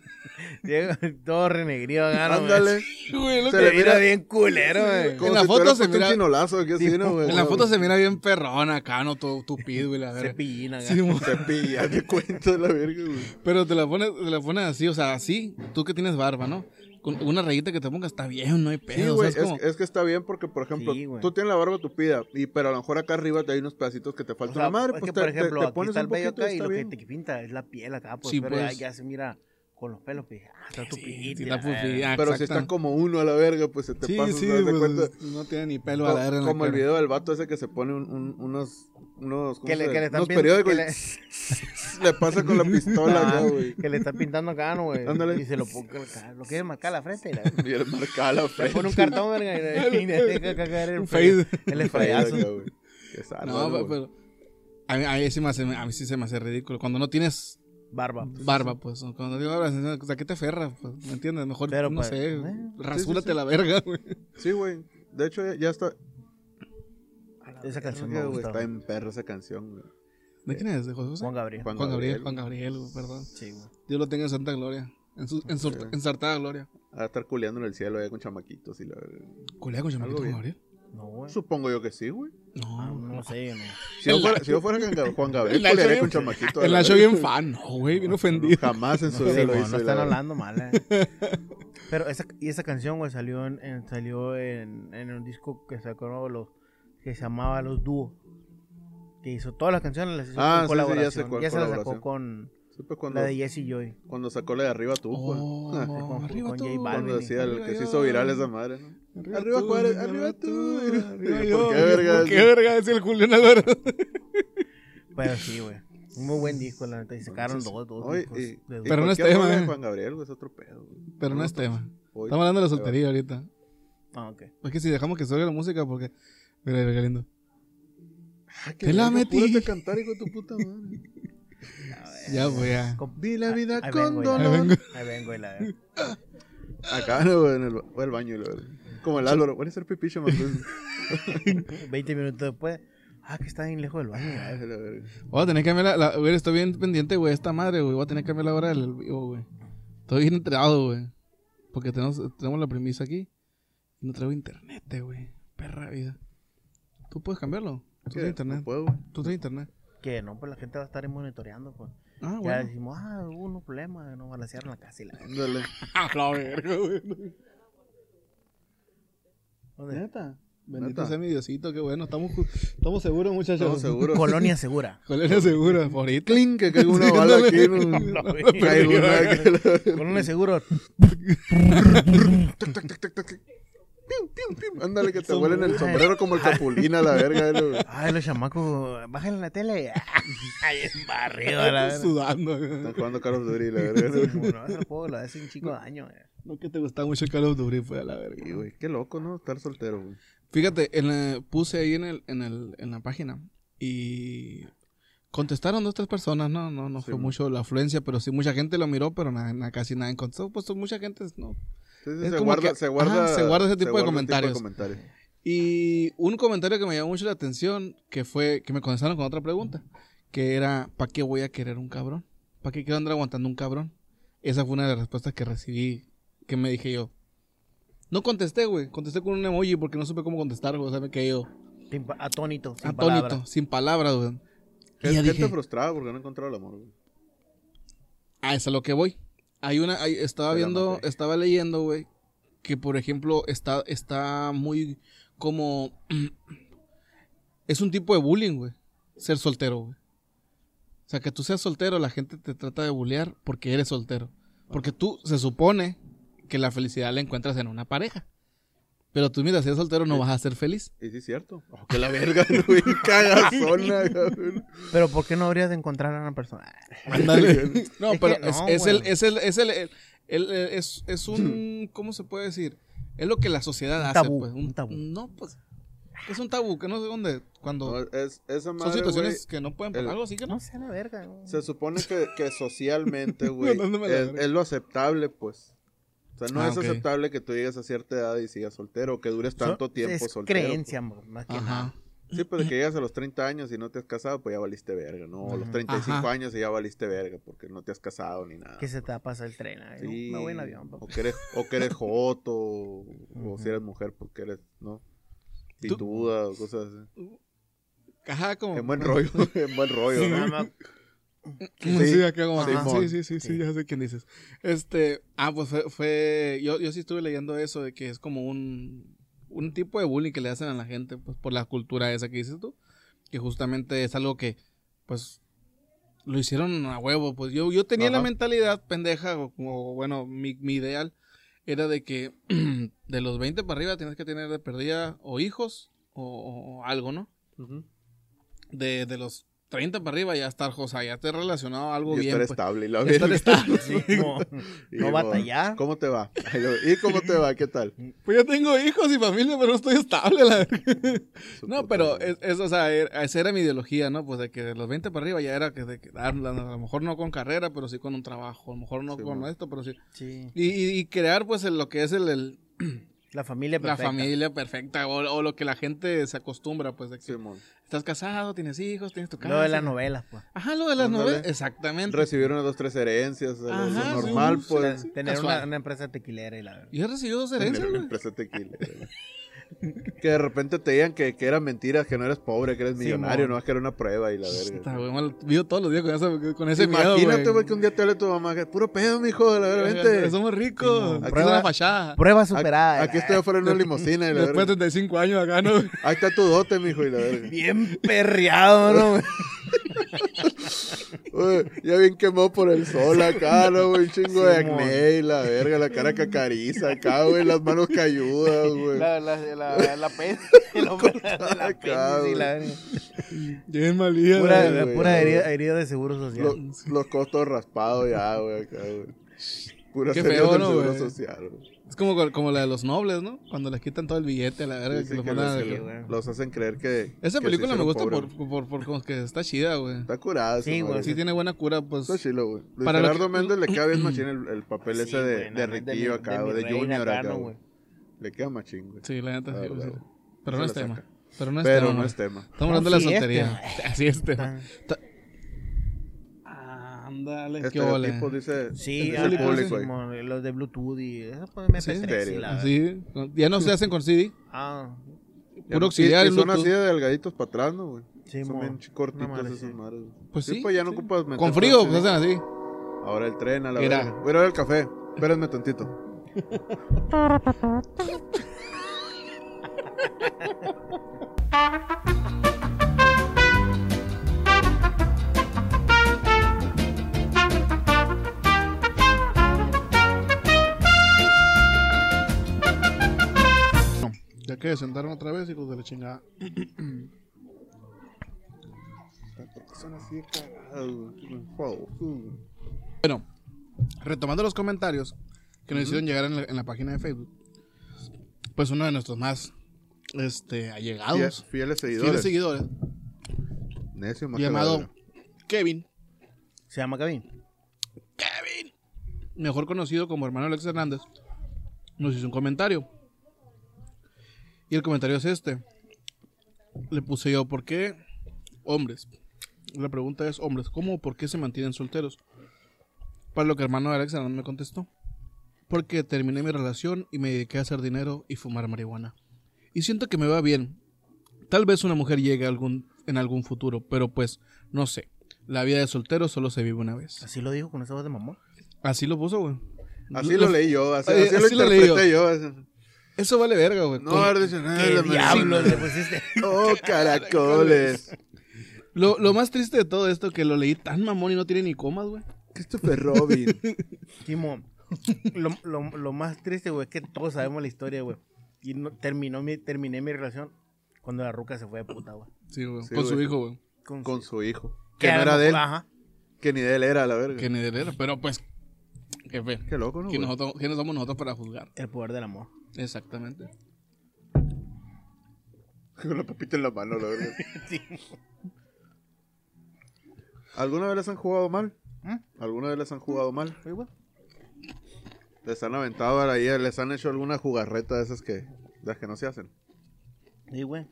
Speaker 3: Llega todo renegrido, acá, ¿no, güey?
Speaker 1: Ándale.
Speaker 2: Güey, lo
Speaker 1: Se
Speaker 2: que-
Speaker 1: le
Speaker 3: Se mira
Speaker 1: mira-
Speaker 3: bien culero, güey.
Speaker 1: Como
Speaker 2: En la
Speaker 1: si
Speaker 2: foto
Speaker 1: tuvieras
Speaker 2: se
Speaker 1: puesto
Speaker 2: mira-
Speaker 1: un chinolazo aquí así, ¿no, güey?
Speaker 2: En la
Speaker 1: Güey,
Speaker 2: foto se mira bien perrón acá, no todo tupido, güey, la verga.
Speaker 3: Cepillín acá.
Speaker 2: Simón.
Speaker 1: Se pilla, te cuento de la verga, güey.
Speaker 2: Pero te la pones, te la pones así, o sea, así, tú que tienes barba, ¿no? Con una rayita que te pongas, está bien, no hay
Speaker 1: Sí,
Speaker 2: pedo. o sea,
Speaker 1: güey,
Speaker 2: es
Speaker 1: es,
Speaker 2: como,
Speaker 1: es que está bien porque, por ejemplo,
Speaker 3: Sí, güey.
Speaker 1: tú tienes la barba tupida, y, pero a lo mejor acá arriba te hay unos pedacitos que te
Speaker 3: O
Speaker 1: faltan.
Speaker 3: sea,
Speaker 1: la madre,
Speaker 3: es
Speaker 1: pues
Speaker 3: que,
Speaker 1: te,
Speaker 3: por
Speaker 1: te-
Speaker 3: ejemplo,
Speaker 1: te
Speaker 3: aquí
Speaker 1: pones
Speaker 3: está el
Speaker 1: un
Speaker 3: vello
Speaker 1: poquito
Speaker 3: acá
Speaker 1: y
Speaker 3: y
Speaker 1: está
Speaker 3: lo que
Speaker 1: bien.
Speaker 3: te que pinta es la piel acá, pues,
Speaker 2: Sí,
Speaker 3: pero ya-
Speaker 2: pues.
Speaker 3: Ya, se mira con los pelos, pues, ah, está tu
Speaker 2: sí,
Speaker 3: pillín.
Speaker 2: sí, la pupilla,
Speaker 1: eh, Pero si
Speaker 2: exacto.
Speaker 1: está como uno a la verga, pues se te
Speaker 2: Sí,
Speaker 1: pasa,
Speaker 2: sí,
Speaker 1: ¿te das
Speaker 2: pues,
Speaker 1: cuenta?
Speaker 2: no tiene ni pelo a la verga. en la
Speaker 1: como el
Speaker 2: cara.
Speaker 1: video del vato ese que se pone un- un- unos, unos, ¿cómo
Speaker 3: Que le,
Speaker 1: se-
Speaker 3: que le están
Speaker 1: unos
Speaker 3: pin-
Speaker 1: periódicos
Speaker 3: que
Speaker 1: y
Speaker 3: le-
Speaker 1: le pasa con la pistola,
Speaker 2: Ah.
Speaker 1: acá, güey.
Speaker 3: que le están pintando acá, ¿no, güey?
Speaker 1: Ándale.
Speaker 3: Y se lo pongo acá, lo quiere marcar la frente y la...
Speaker 1: Y le marca la
Speaker 3: le
Speaker 1: frente.
Speaker 3: pone un cartón, verga, y le- y le deja cagar el
Speaker 2: Un fade.
Speaker 3: El
Speaker 1: Frente acá,
Speaker 3: espallazo.
Speaker 1: güey. Qué salva,
Speaker 2: No,
Speaker 1: güey.
Speaker 2: pero. pero A mí, a mí sí me hace, a mí sí se me hace ridículo. Cuando no tienes
Speaker 3: Barba.
Speaker 2: barba, pues. o Cuando digo barba, o sea, ¿qué te aferras? Pues, ¿Me entiendes? Mejor,
Speaker 3: Pero,
Speaker 2: no
Speaker 3: pues,
Speaker 2: sé,
Speaker 3: eh,
Speaker 2: rasúrate la verga, güey.
Speaker 1: Sí, güey. De hecho, ya, ya está.
Speaker 3: Esa canción me
Speaker 1: Verga, güey,
Speaker 3: gusta.
Speaker 1: Está en perro esa canción, güey.
Speaker 2: ¿De quién es? ¿De José José?
Speaker 3: Juan Gabriel.
Speaker 1: Juan
Speaker 2: Juan Gabriel,
Speaker 1: Gabriel.
Speaker 2: Juan Gabriel, güey, perdón.
Speaker 3: Sí, güey.
Speaker 2: Dios lo tenga en santa gloria. En su, en su- en sartada gloria.
Speaker 1: A estar culeando en el cielo allá con chamaquitos y la verga.
Speaker 2: ¿Culea con Chamaquito
Speaker 1: Algo
Speaker 2: Juan
Speaker 1: bien.
Speaker 2: Gabriel?
Speaker 3: No, güey.
Speaker 1: Supongo yo que sí, güey.
Speaker 3: Ah,
Speaker 2: No.
Speaker 3: No sé, no.
Speaker 1: Si yo fuera, si yo fuera Ganga- Juan Gabriel,
Speaker 2: El Nacho
Speaker 1: culiaría
Speaker 2: bien-
Speaker 1: con chamaquito. a
Speaker 2: El
Speaker 1: la
Speaker 2: Nacho
Speaker 1: verga.
Speaker 2: bien fan, no, güey, bien ofendido.
Speaker 1: Jamás en
Speaker 3: No,
Speaker 1: su
Speaker 3: sí,
Speaker 1: vida lo
Speaker 3: no,
Speaker 1: hizo.
Speaker 3: no
Speaker 1: y la
Speaker 3: están
Speaker 1: verga.
Speaker 3: hablando mal. eh. Pero esa, y esa canción, güey, salió en, en- salió en, en un disco que sacó los que se llamaba Los Dúos. Que hizo todas las canciones, las hizo
Speaker 1: Ah,
Speaker 3: con
Speaker 1: sí, sí, ya sé
Speaker 3: colaboración.
Speaker 1: cuál
Speaker 3: ya se la sacó
Speaker 1: colaboración.
Speaker 3: con
Speaker 1: Sí, pues, cuando,
Speaker 3: la de Jesse Joy.
Speaker 1: cuando sacó la de arriba tú, güey.
Speaker 2: Oh,
Speaker 3: con-
Speaker 2: arriba
Speaker 3: con
Speaker 2: tú.
Speaker 3: J Balvin.
Speaker 1: cuando decía el
Speaker 2: Arriba
Speaker 1: que se
Speaker 2: yo.
Speaker 1: hizo viral esa madre, ¿no? Arriba
Speaker 2: tú,
Speaker 1: Juárez, arriba tú.
Speaker 2: arriba
Speaker 1: ¿Por
Speaker 2: yo.
Speaker 1: qué verga?
Speaker 2: ¿Por qué verga? Decía el Julián Álvarez.
Speaker 3: Pero sí, güey. Un muy buen disco, la neta. Y sacaron dos,
Speaker 2: Oh,
Speaker 3: dos.
Speaker 1: Oye,
Speaker 3: discos
Speaker 1: y-
Speaker 3: de
Speaker 1: y
Speaker 3: dos.
Speaker 2: pues, Pero no es
Speaker 1: cualquier
Speaker 2: tema,
Speaker 1: rola de
Speaker 2: eh.
Speaker 1: Juan Gabriel, güey, es otro pedo. güey.
Speaker 2: Pero no es tema.
Speaker 1: Hoy-
Speaker 2: Estamos hablando de la soltería ahorita.
Speaker 3: Ah, ok.
Speaker 2: Es que si dejamos que salga la música, porque. Mira, mira, qué lindo.
Speaker 1: Ah, que
Speaker 2: Te la
Speaker 1: verga,
Speaker 2: metí.
Speaker 1: apúrate a cantar, hijo de tu puta madre.
Speaker 2: Ya, güey. ya.
Speaker 3: Com-
Speaker 1: Vi
Speaker 2: Ah,
Speaker 1: la vida
Speaker 3: Ahí
Speaker 1: con
Speaker 3: vengo, ya.
Speaker 1: dolor.
Speaker 3: Ahí vengo, y la
Speaker 1: Acá, no, güey, en el, ba- o el baño. y la verga. Como el Álvaro. Voy a hacer pipicho, más
Speaker 3: 20 minutos después. Ah, que está bien lejos del baño.
Speaker 1: Ay, la verga.
Speaker 2: Voy a tener que cambiar la, la- güey, estoy bien pendiente, güey, esta madre, güey. Voy a tener que cambiar la hora del vivo, güey. Estoy bien entregado, güey. Porque tenemos, tenemos la premisa aquí. Y no traigo internet, eh, güey. Perra vida. Tú puedes cambiarlo.
Speaker 1: ¿Qué?
Speaker 2: Tú tienes internet.
Speaker 1: No puedo, güey.
Speaker 2: Tú tienes internet.
Speaker 3: Que no, pues la gente va a estar monitoreando, pues.
Speaker 2: Ah,
Speaker 3: ya
Speaker 2: bueno.
Speaker 3: decimos, ah, hubo unos problemas, nos balancearon la casa y la...
Speaker 1: Ándale.
Speaker 2: A Ah, la verga, güey.
Speaker 3: ¿Dónde?
Speaker 2: Neta. Bendito
Speaker 1: Neta.
Speaker 2: sea mi Diosito, qué bueno. Estamos, ju- estamos seguros, muchachos.
Speaker 1: Estamos seguros.
Speaker 3: Colonia segura.
Speaker 2: Colonia segura. Por ahí, clink,
Speaker 1: Que caiga una
Speaker 2: Sí,
Speaker 1: bala
Speaker 2: ándale.
Speaker 1: aquí. no-
Speaker 3: No, güey.
Speaker 1: Caiga una aquí.
Speaker 3: Colonia segura.
Speaker 1: Tac, tac, tac, tac, tac. Pium, pium, pium. Ándale, que te
Speaker 2: Son-
Speaker 1: huelen el sombrero como el capulín a la verga. eh, güey.
Speaker 3: Ay, los chamacos, bájenle la tele. Ay, es barrido, la verdad.
Speaker 2: sudando.
Speaker 1: Están
Speaker 2: güey.
Speaker 1: jugando Call of Duty, la verga. eh,
Speaker 3: Como no, ese juego lo hace un chico daño. eh.
Speaker 2: No que te gustaba mucho el Call of Duty, fue a la verga.
Speaker 1: Sí, güey, qué loco, ¿no? Estar soltero, güey.
Speaker 2: Fíjate, en la- puse ahí en, el, en, el, en la página y contestaron dos, tres personas, ¿no? No, no
Speaker 1: Sí,
Speaker 2: fue
Speaker 1: mo.
Speaker 2: mucho la afluencia, pero sí mucha gente lo miró, pero na- na- casi nadie contestó. Pues mucha gente, ¿no?
Speaker 1: Entonces,
Speaker 2: Es
Speaker 1: se,
Speaker 2: como
Speaker 1: guarda,
Speaker 2: que-
Speaker 1: se, guarda,
Speaker 2: ajá, se guarda ese tipo de comentarios.
Speaker 1: comentarios.
Speaker 2: Y un comentario que me llamó mucho la atención, que fue, que me contestaron con otra pregunta, que era, ¿para qué voy a querer un cabrón? ¿Para qué quiero andar aguantando un cabrón? Esa fue una de las respuestas que recibí, que me dije yo. No contesté, güey, contesté con un emoji porque no supe cómo contestar, güey, o sea, me quedé yo
Speaker 3: Sin pa- Atónito, sin
Speaker 2: atónito,
Speaker 3: palabras.
Speaker 2: sin palabras, güey. Y
Speaker 1: Gente,
Speaker 2: ya dije,
Speaker 1: gente frustrada porque no ha encontrado el amor, güey.
Speaker 2: Ah, es a lo que voy. Hay una, hay- estaba
Speaker 1: Te la
Speaker 2: viendo,
Speaker 1: maté.
Speaker 2: estaba leyendo, güey, que por ejemplo está, está muy como, es un tipo de bullying, güey, ser soltero, güey. O sea, que tú seas soltero, la gente te trata de bullear porque eres soltero. Porque tú, se supone que la felicidad la encuentras en una pareja. Pero tú, mira, si eres soltero no vas a ser feliz.
Speaker 1: Y sí, es cierto. Oh, que la verga, güey. Cagazona, cabrón.
Speaker 3: Pero ¿por qué no habrías de encontrar a una persona?
Speaker 2: Ándale. No,
Speaker 3: Es
Speaker 2: pero
Speaker 3: que
Speaker 2: es,
Speaker 3: no,
Speaker 2: es el,
Speaker 3: güey.
Speaker 2: es el, es el, el- el- es, es un, ¿cómo se puede decir? Es lo que la sociedad hace,
Speaker 3: tabú,
Speaker 2: pues.
Speaker 3: un tabú.
Speaker 2: No, pues, es un tabú, que no sé dónde, cuando...
Speaker 1: No, es, esa
Speaker 2: son
Speaker 1: madre,
Speaker 2: situaciones
Speaker 1: güey,
Speaker 2: que no pueden por
Speaker 1: el-
Speaker 2: algo, así que no.
Speaker 3: No sé, la verga. güey.
Speaker 1: se supone que, que socialmente, güey,
Speaker 2: No, no me la
Speaker 1: es,
Speaker 2: verga.
Speaker 1: es lo aceptable, pues. O sea, no
Speaker 2: Ah,
Speaker 1: es
Speaker 2: ok.
Speaker 1: aceptable que tú llegues a cierta edad y sigas soltero, o que dures tanto
Speaker 3: So-
Speaker 1: tiempo
Speaker 3: es
Speaker 1: soltero.
Speaker 3: creencia, amor, más que nada.
Speaker 2: Ajá.
Speaker 1: pues. Sí, pues de que llegas a los 30 años y no te has casado, pues ya valiste verga, ¿no? O los 35
Speaker 2: Ajá.
Speaker 1: años y ya valiste verga porque no te has casado ni nada.
Speaker 3: Que se te va a pasar el tren. ay, no,
Speaker 1: Sí,
Speaker 3: Me voy en avión. papá.
Speaker 1: O que eres, o que eres joto, o, o si eres mujer porque eres, ¿no? Sin
Speaker 2: Tú-
Speaker 1: duda, o cosas así.
Speaker 2: Ajá, como...
Speaker 1: En buen rollo, en buen rollo.
Speaker 3: Nada
Speaker 1: ¿no?
Speaker 3: más-
Speaker 2: Sí,
Speaker 1: Sí,
Speaker 2: acá como-
Speaker 1: Simón.
Speaker 2: ajá, sí, sí, sí, sí,
Speaker 3: Sí.
Speaker 2: ya sé quién dices. Este, ah, pues fue, fue- yo, yo sí estuve leyendo eso de que es como un, un tipo de bullying que le hacen a la gente, pues, por la cultura esa que dices tú, que justamente es algo que, pues, lo hicieron a huevo, pues, yo, yo tenía la
Speaker 1: Ajá.
Speaker 2: mentalidad pendeja, o, como, bueno, mi, mi ideal era de que de los 20 para arriba tienes que tener de perdida o hijos o- o- o algo, ¿no?
Speaker 1: Ujú.
Speaker 2: de, de los 30 para arriba ya estar, o sea, ya estar relacionado a algo
Speaker 1: Y
Speaker 2: bien.
Speaker 1: estar
Speaker 2: pues.
Speaker 1: estable. y la
Speaker 2: Estar
Speaker 1: verga.
Speaker 2: estable.
Speaker 3: Sí, no,
Speaker 1: Y
Speaker 3: no
Speaker 1: luego,
Speaker 3: batallar.
Speaker 1: ¿Cómo te va? Y luego, ¿Y cómo te va? ¿Qué tal?
Speaker 2: Pues ya tengo hijos y familia, pero no estoy estable. la verga.
Speaker 1: Su
Speaker 2: No,
Speaker 1: puta
Speaker 2: pero
Speaker 1: madre.
Speaker 2: es, es, o sea, era- esa era mi ideología, ¿no? Pues de que de los 20 para arriba ya era que de que, ah, a lo mejor no con carrera, pero sí con un trabajo. A lo mejor no
Speaker 1: Sí,
Speaker 2: con
Speaker 1: mo.
Speaker 2: esto, pero sí.
Speaker 3: Sí.
Speaker 2: Y, y- y crear, pues, el- lo que es el, el-
Speaker 3: La familia
Speaker 2: la
Speaker 3: perfecta.
Speaker 2: familia perfecta o, o lo que la gente se acostumbra, pues, de que
Speaker 1: Simón.
Speaker 2: estás casado, tienes hijos, tienes tu casa.
Speaker 3: Lo de las novelas, pues.
Speaker 2: Ajá, lo de las
Speaker 1: Ándale.
Speaker 2: novelas. Exactamente.
Speaker 1: Recibieron unas dos, tres herencias. o sea,
Speaker 2: Ajá,
Speaker 1: lo
Speaker 2: sí,
Speaker 1: normal,
Speaker 2: sí,
Speaker 1: pues.
Speaker 2: sí.
Speaker 3: Tener
Speaker 2: Casual.
Speaker 3: una, una empresa tequilera y la verdad.
Speaker 2: Y he recibido dos herencias,
Speaker 1: tener una
Speaker 2: güey.
Speaker 1: empresa tequila, ¿verdad? que de repente te digan que, que eran mentiras, que no eres pobre, que eres millonario,
Speaker 3: Simón.
Speaker 1: no, que era una prueba y la
Speaker 2: Puta,
Speaker 1: verga.
Speaker 2: güey, mal- vivo todos los días con, esa- con ese miedo,
Speaker 1: Imagínate,
Speaker 2: güey.
Speaker 1: güey, que un día te hable tu mamá, que puro pedo, mijo, de la verga, vente.
Speaker 2: Somos
Speaker 3: Sí,
Speaker 2: ricos.
Speaker 3: no.
Speaker 2: Aquí es
Speaker 1: Prueba-
Speaker 2: una fachada.
Speaker 3: Prueba
Speaker 1: Ac-
Speaker 3: superada. eh.
Speaker 1: Aquí estoy afuera en una limusina y la
Speaker 2: Después
Speaker 1: verga.
Speaker 2: de 35 años acá, ¿no?
Speaker 1: Ahí está tu dote, mijo, y la verga.
Speaker 3: Bien perreado, ¿no? güey?
Speaker 1: Uy, ya bien quemado por el sol acá, ¿no, güey? Un chingo de
Speaker 3: Simón.
Speaker 1: acné y la verga, la cara cacariza acá, güey, las manos cayudas, güey.
Speaker 3: La, la, la, la, la pen- el hombre de la
Speaker 1: Acá,
Speaker 3: apéndice y la verga.
Speaker 2: Bien malía.
Speaker 3: Pura,
Speaker 1: güey, güey,
Speaker 3: pura
Speaker 1: güey.
Speaker 3: herida, herida de seguro social.
Speaker 1: Lo- los costos raspados ya, güey, acá, güey. Pura
Speaker 2: Qué
Speaker 1: serie
Speaker 2: feo,
Speaker 1: del
Speaker 2: ¿no,
Speaker 1: seguro
Speaker 2: güey?
Speaker 1: social, güey.
Speaker 2: Es como, co- como la de los nobles, ¿no? Cuando les quitan todo el billete a la verga.
Speaker 1: Sí,
Speaker 2: que
Speaker 1: sí,
Speaker 2: lo
Speaker 1: que
Speaker 2: ponen
Speaker 1: los,
Speaker 2: a-
Speaker 1: que
Speaker 3: Sí,
Speaker 1: lo-
Speaker 3: güey.
Speaker 1: los hacen creer que.
Speaker 2: Esa
Speaker 1: que
Speaker 2: película
Speaker 1: se
Speaker 2: me
Speaker 1: hicieron
Speaker 2: gusta
Speaker 1: pobres.
Speaker 2: por, por, por como que está chida, güey.
Speaker 1: Está curada,
Speaker 3: Sí, güey,
Speaker 2: Sí
Speaker 1: Sí,
Speaker 2: tiene buena cura, pues.
Speaker 1: Está chilo, güey. Luis
Speaker 2: Para lo
Speaker 1: Gerardo
Speaker 2: que-
Speaker 1: Méndez le queda bien machín el, el papel
Speaker 3: Sí,
Speaker 1: ese de,
Speaker 3: güey,
Speaker 1: de
Speaker 3: no, es
Speaker 1: riquillo
Speaker 3: mi-
Speaker 1: acá,
Speaker 3: mi
Speaker 1: güey, de
Speaker 3: reina
Speaker 1: junior
Speaker 3: acá,
Speaker 1: acá,
Speaker 3: ¿no,
Speaker 1: güey. Le queda machín, güey.
Speaker 2: Sí, la neta.
Speaker 1: Ah,
Speaker 2: sí, pues,
Speaker 1: güey.
Speaker 2: sí. Pero no
Speaker 1: Se
Speaker 2: es
Speaker 1: la
Speaker 2: tema.
Speaker 1: saca.
Speaker 5: Pero no es
Speaker 1: pero
Speaker 5: tema,
Speaker 1: no
Speaker 5: güey.
Speaker 1: es tema.
Speaker 5: Estamos hablando
Speaker 3: No,
Speaker 5: de la
Speaker 3: sí es
Speaker 5: soltería. Así es tema. Ah,
Speaker 3: Tan-
Speaker 5: Ándale, qué ole.
Speaker 1: Estereotipos, Este dice,
Speaker 3: Sí,
Speaker 1: dice
Speaker 3: ah,
Speaker 1: el público ahí.
Speaker 3: Simón, los de Bluetooth y eso pues me
Speaker 5: Sí,
Speaker 1: sí,
Speaker 3: la verdad.
Speaker 5: Así, ya no se hacen con CD.
Speaker 3: Ah,
Speaker 1: Ya
Speaker 5: Puro
Speaker 1: no-
Speaker 5: auxiliar.
Speaker 1: y- y son
Speaker 5: Bluetooth.
Speaker 1: así de delgaditos para atrás, ¿no, güey?
Speaker 3: sí,
Speaker 1: Son
Speaker 3: mo.
Speaker 1: bien chi- cortitos
Speaker 3: Una madre,
Speaker 1: esos
Speaker 3: sí.
Speaker 1: mares, güey.
Speaker 5: Pues sí.
Speaker 1: pues ya no
Speaker 5: sí.
Speaker 1: ocupas meter
Speaker 5: Con frío,
Speaker 1: todo
Speaker 5: pues
Speaker 1: así.
Speaker 5: hacen así.
Speaker 1: Ahora el tren a la
Speaker 5: Mira.
Speaker 1: verga. Voy a ir al café. Espérenme tantito.
Speaker 2: Ya que sentaron otra vez, hijos de la chingada.
Speaker 1: Son así de cagados, güey. Wow. Mm.
Speaker 2: Bueno, retomando los comentarios que nos hicieron llegar en la, en la página de Facebook, pues uno de nuestros más este,
Speaker 1: Fie-
Speaker 2: allegados,
Speaker 1: Fieles
Speaker 2: fieles
Speaker 1: seguidores.
Speaker 2: seguidores,
Speaker 1: Necio, más que
Speaker 2: llamado
Speaker 1: verga.
Speaker 2: Kevin,
Speaker 3: Se llama Kevin.
Speaker 2: mejor conocido como hermano Alex Hernández, nos hizo un comentario. Y el comentario es este. Le puse yo, ¿por qué hombres? La pregunta es, hombres, ¿cómo o por qué se mantienen solteros? Para lo que hermano Alex Hernández me contestó. Porque terminé mi relación y me dediqué a hacer dinero y fumar marihuana. Y siento que me va bien. Tal vez una mujer llegue a algún, en algún futuro, pero pues, no sé. La vida de soltero solo se vive una vez.
Speaker 3: Así lo dijo con esa voz de mamá.
Speaker 2: Así lo puso, güey.
Speaker 1: Así lo
Speaker 2: Lo-
Speaker 1: leí yo. Así,
Speaker 2: Oye,
Speaker 1: así lo
Speaker 2: así lo leí
Speaker 1: interpreté yo. así.
Speaker 2: Eso vale verga, güey.
Speaker 1: No,
Speaker 2: Con-
Speaker 1: el diccionario de
Speaker 3: ¿Qué
Speaker 1: Ah, la
Speaker 3: diablos le
Speaker 1: medicina.
Speaker 3: pusiste?
Speaker 1: Oh, caracoles.
Speaker 2: lo, lo más triste de todo esto que lo leí tan mamón y no tiene ni comas, güey.
Speaker 1: Christopher Robin.
Speaker 3: Simón, lo, lo- lo más triste, güey, es que todos sabemos la historia, güey. Y no, terminó mi, terminé mi relación cuando la ruca se fue de puta, güey.
Speaker 2: Sí, güey.
Speaker 1: Sí,
Speaker 2: con su
Speaker 1: güey.
Speaker 2: hijo, güey.
Speaker 1: con su hijo.
Speaker 3: que
Speaker 1: Que
Speaker 3: a
Speaker 1: no
Speaker 3: lo
Speaker 1: era de él.
Speaker 3: mejor- Ajá.
Speaker 1: Que ni de él era, la verga.
Speaker 2: Que ni de leer, pero pues. Qué fe.
Speaker 1: Qué loco, ¿no?
Speaker 2: ¿Quién,
Speaker 1: güey?
Speaker 2: nosotros, quiénes somos nosotros para juzgar?
Speaker 3: El poder del amor.
Speaker 2: Exactamente.
Speaker 1: Con la papita en la mano, la verga.
Speaker 3: Sí.
Speaker 1: ¿Alguna vez les han jugado mal?
Speaker 3: ¿Mm?
Speaker 1: ¿Alguna vez les han jugado mal?
Speaker 3: Oye, güey,
Speaker 1: ¿Les han aventado a la IA? ¿Les han hecho alguna jugarreta de esas que, de las que no se hacen?
Speaker 3: Sí, güey.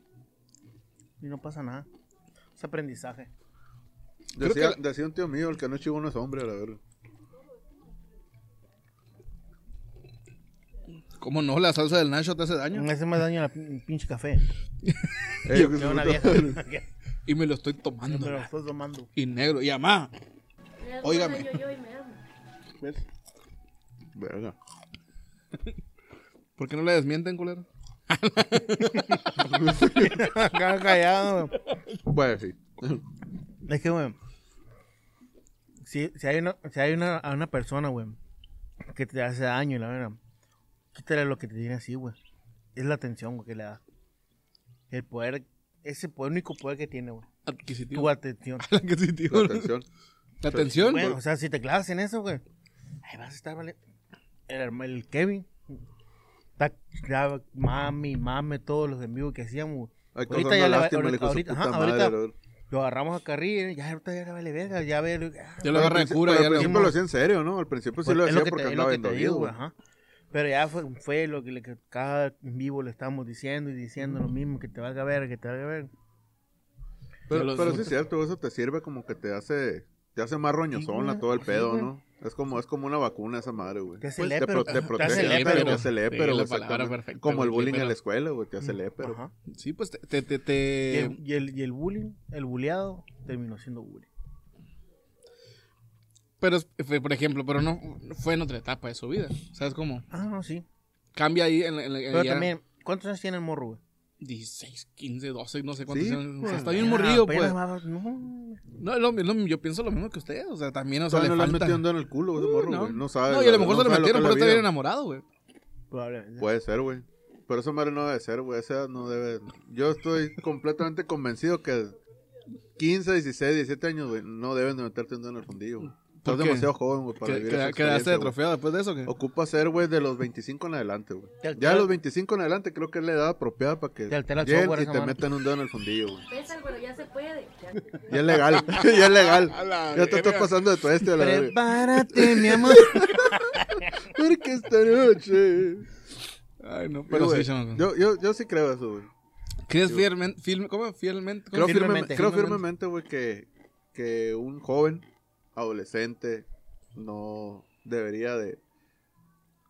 Speaker 3: Y no pasa nada. Es aprendizaje.
Speaker 5: Creo
Speaker 1: Decía,
Speaker 5: que
Speaker 1: decía un tío mío, el que no es chivo no es hombre, la verga.
Speaker 2: ¿Cómo no? La salsa del Nacho te hace daño.
Speaker 3: Me hace más daño la pin- pinche café.
Speaker 1: Eh,
Speaker 3: Que una vieja. que-
Speaker 2: Y me lo estoy tomando.
Speaker 3: Pero lo
Speaker 2: la-
Speaker 3: estás tomando.
Speaker 2: Y negro. Y amá. Óigame.
Speaker 6: Yo, yo y me amo.
Speaker 1: Verga.
Speaker 2: ¿Por qué no le desmienten, culero?
Speaker 3: Acá callado, güey.
Speaker 1: Pues sí.
Speaker 3: Es que, güey. Si, si hay, una, si hay una, a una persona, güey, que te hace daño, y la verdad, quítale lo que te tiene así, güey. Es la atención, güey, que le da. El poder, ese poder, único poder que tiene, güey.
Speaker 2: Adquisitivo.
Speaker 3: Tu atención.
Speaker 2: Adquisitivo.
Speaker 1: La atención.
Speaker 2: La atención.
Speaker 3: Güey, o sea, si te clavas en eso, güey, ahí vas a estar, vale. El, herma- el Kevin. Está, ya, mami, mami, todos los en vivo que hacíamos, güey.
Speaker 1: Hay
Speaker 3: Ahorita
Speaker 1: cosas
Speaker 3: ya
Speaker 1: más
Speaker 3: la-
Speaker 1: lástima,
Speaker 3: ahorita-
Speaker 1: le dijo su
Speaker 3: ahorita-
Speaker 1: puta
Speaker 3: ajá,
Speaker 1: madre,
Speaker 3: ahorita-
Speaker 1: la verga.
Speaker 3: Lo agarramos a carril, ya ahorita ya le vale verga, ya ve. ah,
Speaker 2: Ya lo agarra de
Speaker 1: Al principio-
Speaker 2: cura.
Speaker 1: pero
Speaker 2: Ya
Speaker 1: al
Speaker 2: lo...
Speaker 1: principio lo hacía en serio, ¿no? Al principio sí lo
Speaker 3: Pues, es
Speaker 1: hacía
Speaker 3: que
Speaker 1: porque
Speaker 3: te- es
Speaker 1: andaba
Speaker 3: que
Speaker 1: en
Speaker 3: te digo,
Speaker 1: dolido, güey.
Speaker 3: güey, ajá. Pero ya fue, fue lo que, le que cada en vivo le estábamos diciendo y diciendo lo mismo, que te valga verga, que te valga verga.
Speaker 2: Ya
Speaker 1: Pero,
Speaker 2: lo-
Speaker 1: pero sí es cierto, eso te sirve como que te hace, te hace más roñozona todo el pedo,
Speaker 3: güey.
Speaker 1: ¿no? Es como, es como una vacuna esa madre, güey.
Speaker 3: Te hace
Speaker 1: Pues, Te,
Speaker 3: lépero.
Speaker 1: pro- te
Speaker 3: Te
Speaker 1: protege,
Speaker 3: hace
Speaker 1: pero
Speaker 3: lépero.
Speaker 1: te hace lépero,
Speaker 2: Sí, la
Speaker 1: güey,
Speaker 2: palabra
Speaker 1: exactamente.
Speaker 2: perfecta,
Speaker 1: Como el
Speaker 2: güey,
Speaker 1: bullying en
Speaker 2: lépero.
Speaker 1: la escuela, güey, te hace lépero.
Speaker 3: Ajá.
Speaker 2: Sí, pues te. te, te,
Speaker 3: Y,
Speaker 2: te-
Speaker 3: el, y el- y el bullying, el bulleado, terminó siendo bullying.
Speaker 2: Pero, es- fue, por ejemplo, pero no fue en otra etapa de su vida. ¿Sabes cómo?
Speaker 3: Ah, no, sí.
Speaker 2: Cambia ahí en, la- en la-
Speaker 3: Pero
Speaker 2: ya
Speaker 3: también, ¿cuántos años tiene el morro, güey?
Speaker 2: 16, 15, 12, no sé cuántos
Speaker 1: Sí,
Speaker 2: años. O sea,
Speaker 1: pues,
Speaker 2: está bien
Speaker 3: Ah,
Speaker 2: morrido,
Speaker 3: apenas
Speaker 2: pues.
Speaker 3: va- no,
Speaker 2: No, es lo, es lo- yo pienso lo mismo que usted. O sea, también, o sea,
Speaker 1: Todavía
Speaker 2: le
Speaker 1: no le han
Speaker 2: falta.
Speaker 1: metido un dedo en el culo, güey, ese
Speaker 2: Uh,
Speaker 1: morro,
Speaker 2: no.
Speaker 1: güey. No sabe.
Speaker 2: no, y a lo
Speaker 1: güey,
Speaker 2: mejor
Speaker 1: no
Speaker 2: se lo
Speaker 1: sabe que
Speaker 2: metieron, pero
Speaker 1: es la
Speaker 2: está bien
Speaker 1: vida.
Speaker 2: enamorado, güey.
Speaker 3: probablemente.
Speaker 1: Puede ser, güey. Pero esa madre no debe ser, güey. Esa no debe. Yo estoy completamente convencido que 15, 16, 17 años, güey, no deben de meterte un dedo en el fundillo. güey.
Speaker 2: ¿Por
Speaker 1: Estás
Speaker 2: qué?
Speaker 1: demasiado joven, güey, para
Speaker 2: Que-
Speaker 1: vivir
Speaker 2: que-
Speaker 1: esa
Speaker 2: ¿Quedaste
Speaker 1: experiencia,
Speaker 2: de
Speaker 1: güey.
Speaker 2: trofeo después de eso? ¿qué?
Speaker 1: Ocupa ser, güey, de los 25 en adelante, güey.
Speaker 3: Te altera-
Speaker 1: Ya de los 25 en adelante creo que es la edad apropiada para que
Speaker 3: Te altera el
Speaker 1: lleguen
Speaker 3: software
Speaker 1: y
Speaker 3: esa
Speaker 1: te
Speaker 3: madre.
Speaker 1: metan un dedo en el fundillo, güey.
Speaker 6: Pesan, pero ya se puede. Ya.
Speaker 1: Ya es legal, ya es legal.
Speaker 2: A la
Speaker 1: Ya te estás
Speaker 2: verga.
Speaker 1: pasando de tu este, a la verga.
Speaker 3: Prepárate, mi amor.
Speaker 1: Porque esta noche...
Speaker 2: Ay, no,
Speaker 1: Pero
Speaker 2: pero sí,
Speaker 1: güey,
Speaker 2: chamaco.
Speaker 1: yo, yo, yo sí creo eso, güey.
Speaker 2: ¿Crees fielmente? ¿Cómo? ¿Fielmente? ¿Cómo?
Speaker 1: Creo firmemente,
Speaker 3: Firmemente,
Speaker 1: creo firmemente,
Speaker 3: firmemente.
Speaker 1: güey, que, que un joven, adolescente, no debería de,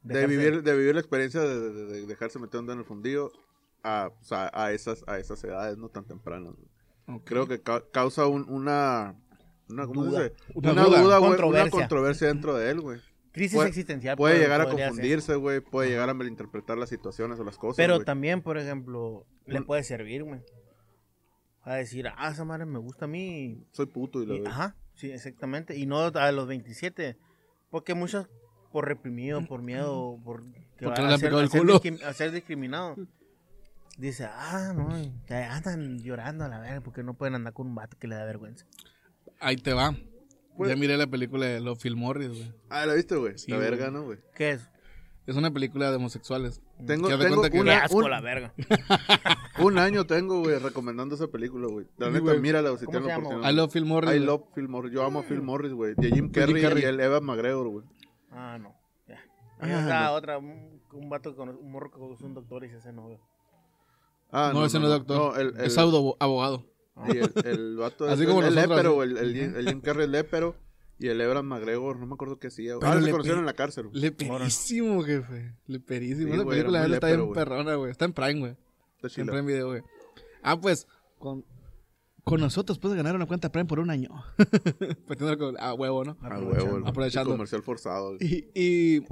Speaker 1: de,
Speaker 3: Dejarse-
Speaker 1: vivir, de vivir la experiencia de, de- de dejarse meter onda en el fundido a, o sea, a, esas, a esas edades no tan tempranas. güey.
Speaker 2: Ok.
Speaker 1: Creo que ca- causa un- una, una, ¿cómo se
Speaker 3: Duda.
Speaker 1: dice?
Speaker 2: Una
Speaker 1: Una,
Speaker 2: duda,
Speaker 1: duda, güey, una
Speaker 3: controversia.
Speaker 1: controversia dentro de él, güey.
Speaker 3: Crisis
Speaker 1: Puede-
Speaker 3: existencial.
Speaker 1: Puede
Speaker 3: pod-
Speaker 1: llegar a
Speaker 3: podría ser.
Speaker 1: confundirse, güey, puede llegar a malinterpretar las situaciones o las cosas,
Speaker 3: Pero
Speaker 1: güey.
Speaker 3: también, por ejemplo, le
Speaker 1: Un-
Speaker 3: puede servir, güey. A decir, ah, esa madre me gusta a mí.
Speaker 1: Soy puto y
Speaker 3: Y-
Speaker 1: lo
Speaker 3: ajá, sí, exactamente. Y no a los 27. Porque muchos, por reprimido, por miedo, por que
Speaker 2: Porque
Speaker 3: va
Speaker 2: no
Speaker 3: a
Speaker 2: le ha
Speaker 3: ser-
Speaker 2: picado
Speaker 3: a
Speaker 2: el
Speaker 3: ser
Speaker 2: culo.
Speaker 3: discrim- a ser discriminado. Dice, ah, no, te andan llorando a la verga porque no pueden andar con un vato que le da vergüenza.
Speaker 2: Ahí te va.
Speaker 1: Pues-
Speaker 2: ya miré la película de los Filmorris, güey.
Speaker 1: Ah, ¿la viste, güey?
Speaker 2: Sí,
Speaker 1: la
Speaker 2: güey.
Speaker 1: verga, ¿no, güey?
Speaker 3: ¿Qué es?
Speaker 2: Es una película de homosexuales.
Speaker 1: Tengo,
Speaker 2: Que haz de
Speaker 1: tengo
Speaker 2: cuenta que-
Speaker 1: una-
Speaker 3: Qué asco
Speaker 1: un-
Speaker 3: la verga.
Speaker 1: Un año tengo, güey, recomendando esa película, güey. La
Speaker 2: Sí,
Speaker 1: neta,
Speaker 2: güey.
Speaker 1: mírala, güey, si
Speaker 3: ¿Cómo
Speaker 1: tienen la
Speaker 3: se llama, Mm.
Speaker 1: oportunidad.
Speaker 2: I Love Phil Morris.
Speaker 1: I
Speaker 2: güey.
Speaker 1: love Phil Morris. Yo amo a Phil Morris, güey. De Jim Carrey,
Speaker 2: Carrey.
Speaker 1: y el Eva McGregor, güey.
Speaker 3: Ah, no. Ya.
Speaker 1: Ah,
Speaker 3: Y esa
Speaker 1: no.
Speaker 3: otra, un, un vato con un morro que conoce un doctor y se hace novio.
Speaker 1: Ah,
Speaker 2: No, ese no es doctor.
Speaker 1: No, el, el,
Speaker 2: Es audo- abogado.
Speaker 1: y el, el vato este
Speaker 2: Así
Speaker 1: es
Speaker 2: como
Speaker 1: el
Speaker 2: nosotros,
Speaker 1: lépero,
Speaker 2: ¿no?
Speaker 1: güey. El, el, el Jim Carrey es lépero y el Eva McGregor, no me acuerdo qué hacía, güey.
Speaker 2: Pero
Speaker 1: Ah, se
Speaker 2: le
Speaker 1: conocieron
Speaker 2: pe-
Speaker 1: en la cárcel, güey.
Speaker 2: Le perísimo, jefe. Le perísimo.
Speaker 1: Sí,
Speaker 2: Esa
Speaker 1: güey,
Speaker 2: película
Speaker 1: era
Speaker 2: de
Speaker 1: muy
Speaker 2: él está
Speaker 1: lépero,
Speaker 2: bien
Speaker 1: güey.
Speaker 2: perrona, güey. Está en Prime, güey.
Speaker 1: Está
Speaker 2: Está en
Speaker 1: chila.
Speaker 2: Prime Video, güey. Ah, pues, con, con nosotros puedes ganar una cuenta Prime por un año. Partiendo con- ah, huevo, ¿no?
Speaker 1: Ah, huevo, el-
Speaker 2: Aprovechando.
Speaker 1: el comercial forzado, güey.
Speaker 2: Y, y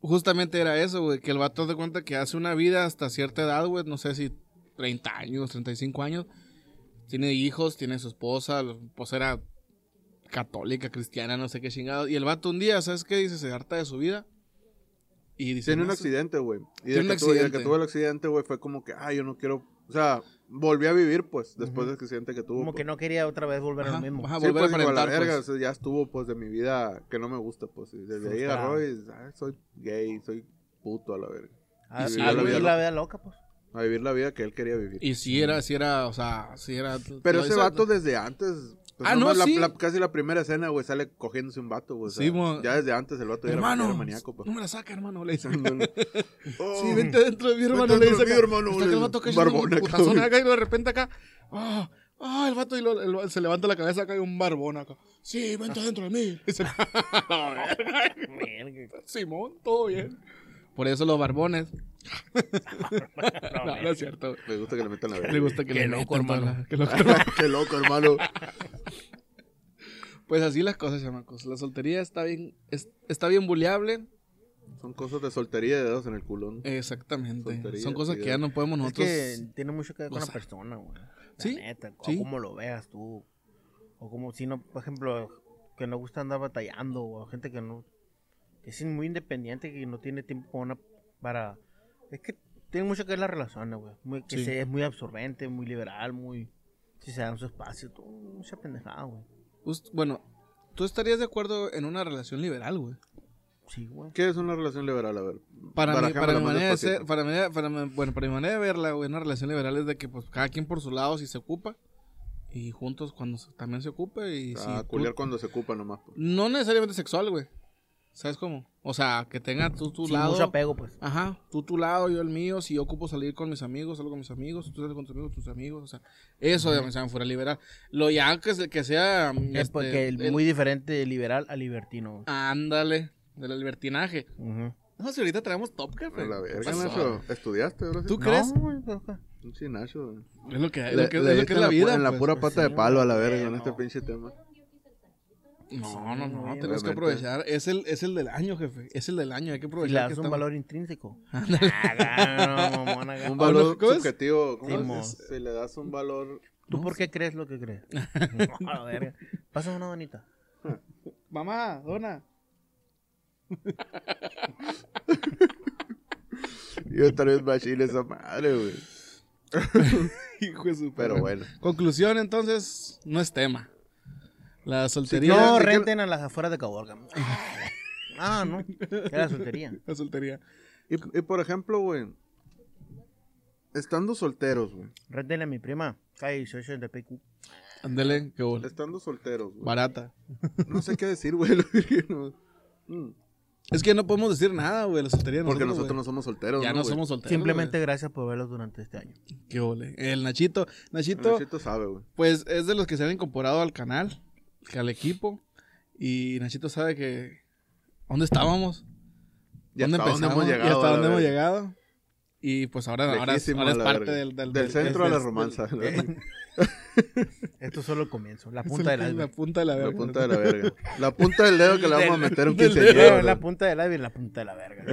Speaker 2: justamente era eso, güey, que el vato de cuenta que hace una vida hasta cierta edad, güey, no sé si 30 años, 35 años. Tiene hijos, tiene su esposa, la esposa era católica, cristiana, no sé qué chingado. Y el vato un día, ¿sabes qué? Dice, se harta de su vida. Y dice,
Speaker 1: Tiene un
Speaker 2: "No,
Speaker 1: accidente, güey. Y
Speaker 2: Tiene
Speaker 1: desde
Speaker 2: un
Speaker 1: que, tuve, desde
Speaker 2: accidente.
Speaker 1: que tuvo el accidente, güey, fue como que, ah, yo no quiero. O sea, volví a vivir, pues, después
Speaker 3: Ujú.
Speaker 1: del accidente que tuvo.
Speaker 3: Como
Speaker 1: pues.
Speaker 3: que no quería otra vez volver
Speaker 2: Ajá,
Speaker 3: al mismo.
Speaker 2: ajá. a
Speaker 1: Sí,
Speaker 2: volver
Speaker 1: pues,
Speaker 2: a
Speaker 1: digo, la
Speaker 2: aparentar,
Speaker 1: verga,
Speaker 2: pues.
Speaker 1: o sea, ya estuvo pues de mi vida que no me gusta, pues. Y desde ahí
Speaker 3: Frustrado.
Speaker 1: agarró y ah, soy gay, soy puto a la verga. Y
Speaker 3: A, Ah, a
Speaker 1: vivió la
Speaker 3: vivir
Speaker 1: vida
Speaker 3: la
Speaker 1: loca.
Speaker 3: vida loca, pues.
Speaker 1: A vivir la vida que él quería vivir.
Speaker 2: Y si era, si era, o sea, si era.
Speaker 1: Pero
Speaker 2: lo
Speaker 1: ese
Speaker 2: hizo-
Speaker 1: vato desde antes. pues,
Speaker 2: Ah, no,
Speaker 1: nomás la-
Speaker 2: sí.
Speaker 1: la- casi la primera escena, güey, sale cogiéndose un vato, güey. o sea,
Speaker 2: Sí, mo-
Speaker 1: ya desde antes el vato ya era, ya
Speaker 2: Hermano,
Speaker 1: era maníaco, pues.
Speaker 2: no me la saca, hermano, le dice.
Speaker 1: Oh,
Speaker 2: Sí, vente adentro de mi hermano.
Speaker 1: Vente
Speaker 2: le dice
Speaker 1: adentro de mi
Speaker 2: acá.
Speaker 1: hermano,
Speaker 2: Está acá el
Speaker 1: boludo.
Speaker 2: vato acá,
Speaker 1: Barbón
Speaker 2: un
Speaker 1: acá,
Speaker 2: putazón
Speaker 1: güey.
Speaker 2: acá y luego de repente acá. Ah, ah, el vato y lo- el va- se levanta la cabeza acá y un barbón acá. Sí, vente adentro de mí. Dice, "No, verga,
Speaker 3: Verga.
Speaker 2: Simón, todo bien. Por eso los barbones. no, no, es cierto. güey.
Speaker 1: Me gusta que le metan la
Speaker 2: Le
Speaker 1: verga.
Speaker 2: gusta que
Speaker 3: Qué
Speaker 2: le
Speaker 3: loco,
Speaker 2: metan toda la-
Speaker 3: hermano.
Speaker 2: que loco, hermano.
Speaker 1: Qué loco, hermano.
Speaker 2: Pues así las cosas, chamacos. La soltería está bien, es- está bien buleable.
Speaker 1: Son cosas de soltería y de dedos en el culón.
Speaker 2: Eh. Exactamente.
Speaker 1: Soltería,
Speaker 2: Son cosas
Speaker 1: sí,
Speaker 2: que ya
Speaker 1: de-
Speaker 2: no podemos nosotros.
Speaker 3: Es que tiene mucho que ver con la
Speaker 2: gozar.
Speaker 3: persona, güey. La
Speaker 2: Sí,
Speaker 3: neta, o
Speaker 2: sí.
Speaker 3: cómo lo veas tú. O como si no, por ejemplo, que no gusta andar batallando. O gente que no. que Es muy independiente que no tiene tiempo para una- para. Es que tiene mucho que ver la relación, güey. Muy- que
Speaker 2: Sí.
Speaker 3: se- es muy absorbente, muy liberal, muy. Si se dan su espacio, todo, mucha pendejada, güey.
Speaker 2: Ust- bueno, ¿tú estarías de acuerdo en una relación liberal, güey?
Speaker 3: Sí, güey.
Speaker 1: ¿Qué es una relación liberal? A ver.
Speaker 2: Para mí,
Speaker 1: barajémosla
Speaker 2: para mi
Speaker 1: más
Speaker 2: manera de
Speaker 1: despacito.
Speaker 2: ser, para mi, para mi- bueno, para mi manera de verla, güey, una relación liberal es de que pues cada quien por su lado si se ocupa y juntos cuando se- también se ocupe y
Speaker 1: O
Speaker 2: si
Speaker 1: sea,
Speaker 2: tú-
Speaker 1: Ah, culiar cuando se ocupa nomás. pues.
Speaker 2: no necesariamente sexual, güey. ¿Sabes cómo? O sea, que tenga tú tu
Speaker 3: Sin
Speaker 2: lado.
Speaker 3: mucho apego, pues.
Speaker 2: Ajá, tú tu lado, yo el mío, si yo ocupo salir con mis amigos, salgo con mis amigos, si tú sales con tus amigos, tus amigos, o sea, eso de mensaje fuera liberal. Lo ya que, se- que sea
Speaker 3: es
Speaker 2: este,
Speaker 3: porque el-
Speaker 2: el- Ah.
Speaker 3: muy diferente de liberal a libertino, güey.
Speaker 2: ándale, del libertinaje.
Speaker 3: Ujú.
Speaker 2: No, si ahorita traemos top,
Speaker 1: A
Speaker 2: jefe.
Speaker 1: la
Speaker 2: ¿Qué
Speaker 1: verga,
Speaker 3: Pues,
Speaker 2: pasó?
Speaker 3: ah,
Speaker 1: Nacho. ¿Estudiaste ahora sí?
Speaker 2: Pues, ¿Tú crees?
Speaker 3: No, güey, pero-
Speaker 1: Sí, Nacho. güey.
Speaker 2: Es lo que, es
Speaker 1: Le-
Speaker 2: lo que,
Speaker 1: le
Speaker 2: es lo
Speaker 1: diste
Speaker 2: que es
Speaker 1: en
Speaker 2: la
Speaker 1: pu-
Speaker 2: vida.
Speaker 1: En la
Speaker 2: pues.
Speaker 1: pura pata de palo a la verga con
Speaker 3: no.
Speaker 1: este pinche tema.
Speaker 2: No, no, no,
Speaker 3: Sí,
Speaker 2: tenemos que
Speaker 1: obviamente.
Speaker 2: aprovechar. Es el, es el del año, jefe. Es el del año, hay que
Speaker 3: Y le
Speaker 2: aprovechar.
Speaker 3: das
Speaker 2: Que
Speaker 3: un
Speaker 2: estamos-
Speaker 3: valor intrínseco.
Speaker 2: Ándale.
Speaker 3: Ah, no, mamón, acá.
Speaker 1: Un
Speaker 2: Ah, bueno,
Speaker 1: valor
Speaker 2: ¿cómo es?
Speaker 1: subjetivo. ¿cómo
Speaker 3: Simón.
Speaker 1: es? Si le das un valor.
Speaker 3: ¿Tú por qué crees lo que crees? No, a ver, Pasa una bonita.
Speaker 2: Mamá, dona.
Speaker 1: Yo tal vez machine esa madre, güey.
Speaker 2: Hijo de su
Speaker 1: Pero
Speaker 2: perra.
Speaker 1: bueno.
Speaker 2: Conclusión, entonces, no es tema. La soltería.
Speaker 3: No,
Speaker 1: ¿de qué-
Speaker 3: renten a las afueras de Caborga. Ah, no. Era soltería.
Speaker 2: La soltería.
Speaker 1: Y, y por ejemplo, güey. Estando solteros, güey.
Speaker 3: Rentenle a mi prima. Calle 18 de PQ.
Speaker 2: Ándale, qué bueno.
Speaker 1: Estando solteros, güey.
Speaker 2: Barata.
Speaker 1: No sé qué decir, güey. la verga, no. Mm.
Speaker 2: Es que no podemos decir nada, güey, la soltería. de
Speaker 1: Porque
Speaker 2: nosotros,
Speaker 1: nosotros no somos solteros.
Speaker 2: güey. Ya no,
Speaker 1: no güey?
Speaker 2: somos solteros.
Speaker 3: Simplemente gracias por verlos durante este año.
Speaker 2: güey. Qué ole. El Nachito.
Speaker 1: El
Speaker 2: Nachito,
Speaker 1: Nachito sabe, güey.
Speaker 2: pues es de los que se han incorporado al canal, que al equipo. Y Nachito sabe que. ¿Dónde estábamos?
Speaker 1: Y hasta dónde hemos
Speaker 2: empezamos?
Speaker 1: llegado.
Speaker 2: Y hasta
Speaker 1: a la
Speaker 2: dónde hemos
Speaker 1: verga.
Speaker 2: llegado. Y pues ahora, ahora, es-
Speaker 1: Lejísimo
Speaker 2: ahora
Speaker 1: a
Speaker 2: es
Speaker 1: la
Speaker 2: parte
Speaker 1: verga.
Speaker 2: del, del-
Speaker 1: Del
Speaker 2: del-
Speaker 1: centro a
Speaker 2: del-
Speaker 1: la
Speaker 2: del-
Speaker 1: romanza. la verga.
Speaker 3: Esto es solo el comienzo, la
Speaker 2: es
Speaker 3: punta
Speaker 2: el-
Speaker 3: del
Speaker 2: La
Speaker 3: iceberg.
Speaker 2: punta de la
Speaker 1: La
Speaker 2: verga.
Speaker 1: punta de la verga. La punta del dedo que le vamos a meter un
Speaker 2: del dedo,
Speaker 1: quinceañero.
Speaker 3: No, la
Speaker 1: güey.
Speaker 3: punta del iceberg, la punta de la verga.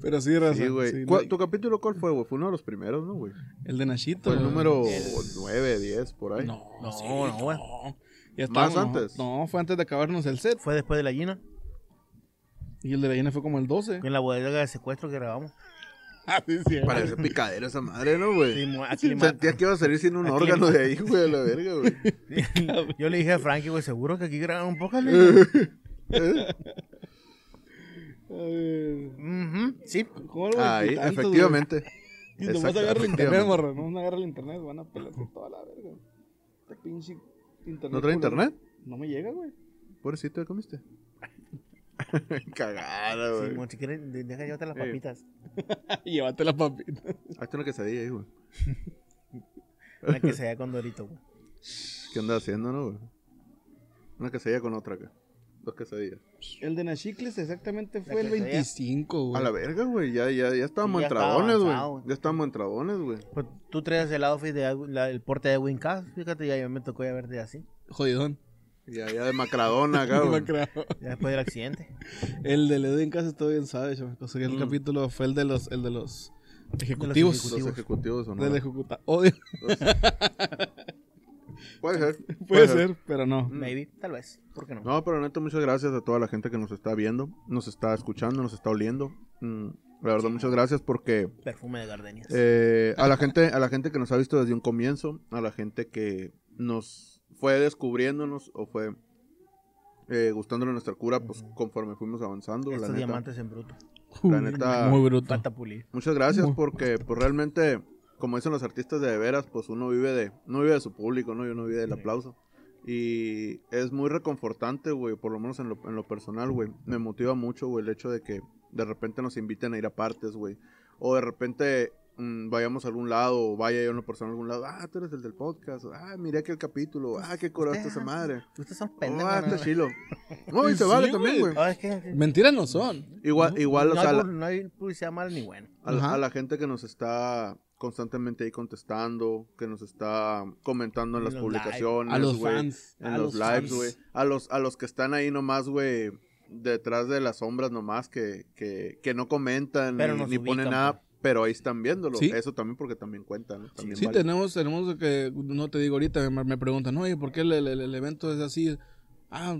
Speaker 2: Pero sí, raza.
Speaker 1: Sí, güey.
Speaker 2: sí,
Speaker 1: ¿Cuál-
Speaker 2: no-
Speaker 1: ¿Tu capítulo cuál fue, güey? Fue uno de los primeros, ¿no, güey?
Speaker 2: El de Nachito.
Speaker 1: Fue el
Speaker 2: güey.
Speaker 1: número 9, 10, por ahí.
Speaker 2: No,
Speaker 3: No,
Speaker 2: sí,
Speaker 3: no, güey.
Speaker 2: Ya
Speaker 1: ¿Más
Speaker 2: estábamos-
Speaker 1: antes?
Speaker 2: No, fue antes de acabarnos el set.
Speaker 3: Fue después de la Gina,
Speaker 2: Y el de la llena fue como el 12.
Speaker 3: en la bodega de secuestro que grabamos.
Speaker 2: Ah, sí, sí.
Speaker 1: Parece picadera esa madre, ¿no, güey?
Speaker 3: Sí, mo- aquí ma-
Speaker 1: Sentía que iba a salir sin un
Speaker 3: Aquí
Speaker 1: órgano
Speaker 3: ma-
Speaker 1: de ahí, güey, a la verga, güey.
Speaker 3: Yo le dije a Frankie, güey, seguro que aquí grabaron un poco. Le dije, "Ujú, sí.
Speaker 2: ¿Cómo lo
Speaker 1: Ahí,
Speaker 2: veintitantos, güey?
Speaker 1: efectivamente.
Speaker 2: Y nomás
Speaker 1: Exacto,
Speaker 2: agarra el internet,
Speaker 1: efectivamente.
Speaker 2: morro. No agarra el internet, van a pelar con toda la verga. Este pinche internet.
Speaker 1: ¿No trae
Speaker 2: culero.
Speaker 1: internet?
Speaker 2: No me llega, güey.
Speaker 1: Pobrecito, ¿qué comiste? Cagada,
Speaker 3: Sí,
Speaker 1: güey.
Speaker 3: bueno, si quieres, de- deja llevarte las papitas.
Speaker 2: Llévate la papita.
Speaker 1: Hazte Ah, una quesadilla ahí, güey.
Speaker 3: Una que se da con Dorito, güey.
Speaker 1: ¿Qué andas haciendo, no, güey? Una quesadilla con otra acá. Dos quesadillas.
Speaker 2: El de Nachicles exactamente fue el
Speaker 3: que sea.
Speaker 2: 25, güey.
Speaker 1: A la verga, güey. Ya, ya, ya estábamos
Speaker 3: Sí, ya
Speaker 1: en
Speaker 3: estaba
Speaker 1: tradones,
Speaker 3: avanzado,
Speaker 1: güey.
Speaker 3: güey.
Speaker 1: Ya estábamos en tradones, güey.
Speaker 3: Pues tú traes el outfit de Edwin- la- el porte de Edwin Cass, fíjate, ya yo me tocó ya verte así,
Speaker 2: Jodidón.
Speaker 1: Ya, ya de macradona acá,
Speaker 2: No me
Speaker 1: güey.
Speaker 2: creo.
Speaker 3: ya después del accidente.
Speaker 2: El de Ledo en casa estuvo bien sabe, chamaco. Sería el
Speaker 1: Mm.
Speaker 2: capítulo, fue el de los, el de los ejecutivos.
Speaker 1: Los ejecutivos o no.
Speaker 2: Del ejecuta. Odio.
Speaker 1: Puede ser.
Speaker 2: Puede ser, pero no.
Speaker 3: Maybe, tal vez, ¿por qué no?
Speaker 1: No, pero neta, muchas gracias a toda la gente que nos está viendo, nos está escuchando, nos está oliendo. Mm, la verdad, muchas gracias porque
Speaker 3: Perfume de gardenias.
Speaker 1: eh, a la gente, a la gente que nos ha visto desde un comienzo, a la gente que nos fue descubriéndonos o fue eh, gustándole nuestra cura, pues conforme fuimos avanzando.
Speaker 3: Estos
Speaker 1: la neta,
Speaker 3: diamantes en bruto.
Speaker 1: la neta,
Speaker 2: Este Muy bruto.
Speaker 3: Falta pulir.
Speaker 1: Muchas gracias porque pues, realmente, como dicen los artistas de de veras, pues uno vive de, no vive de su público, ¿no? Y uno vive del aplauso. Y es muy reconfortante, güey, por lo menos en lo, en lo personal, güey. Me motiva mucho, güey, el hecho de que de repente nos inviten a ir a partes, güey. O de repente mm, vayamos a algún lado, o vaya yo en lo personal a algún lado. Ah, tú eres el del podcast. Ah, miré aquel capítulo. Ah, qué curaste esa madre.
Speaker 3: Ustedes son
Speaker 1: Oh,
Speaker 3: pendejos.
Speaker 1: ah,
Speaker 3: no,
Speaker 1: está
Speaker 3: no.
Speaker 1: chilo. No, y se
Speaker 2: Sí,
Speaker 1: vale también,
Speaker 2: güey.
Speaker 1: güey.
Speaker 3: Ah, es que
Speaker 2: Mentiras no son.
Speaker 1: Igual, igual, o
Speaker 3: no,
Speaker 1: sea,
Speaker 3: hay,
Speaker 1: la-
Speaker 3: pub- no hay publicidad mala ni buena.
Speaker 1: A la,
Speaker 2: Ajá.
Speaker 1: a la gente que nos está constantemente ahí contestando, que nos está comentando en
Speaker 3: En
Speaker 1: las
Speaker 3: los
Speaker 1: publicaciones,
Speaker 2: A los
Speaker 1: güey,
Speaker 2: fans.
Speaker 1: en
Speaker 2: a
Speaker 1: los,
Speaker 2: los
Speaker 1: lives,
Speaker 2: fans.
Speaker 1: güey, a los a los que están ahí nomás, güey, detrás de las sombras nomás que que, que no comentan
Speaker 3: Pero
Speaker 1: ni,
Speaker 3: nos
Speaker 1: ni
Speaker 3: ubican,
Speaker 1: ponen nada, pero ahí están viéndolo.
Speaker 2: Sí.
Speaker 1: Eso también porque también cuentan, ¿no? también
Speaker 2: Sí,
Speaker 1: vale.
Speaker 2: tenemos, tenemos que, no te digo ahorita, me, me preguntan, oye, ¿por qué el, el- el evento es así? Ah,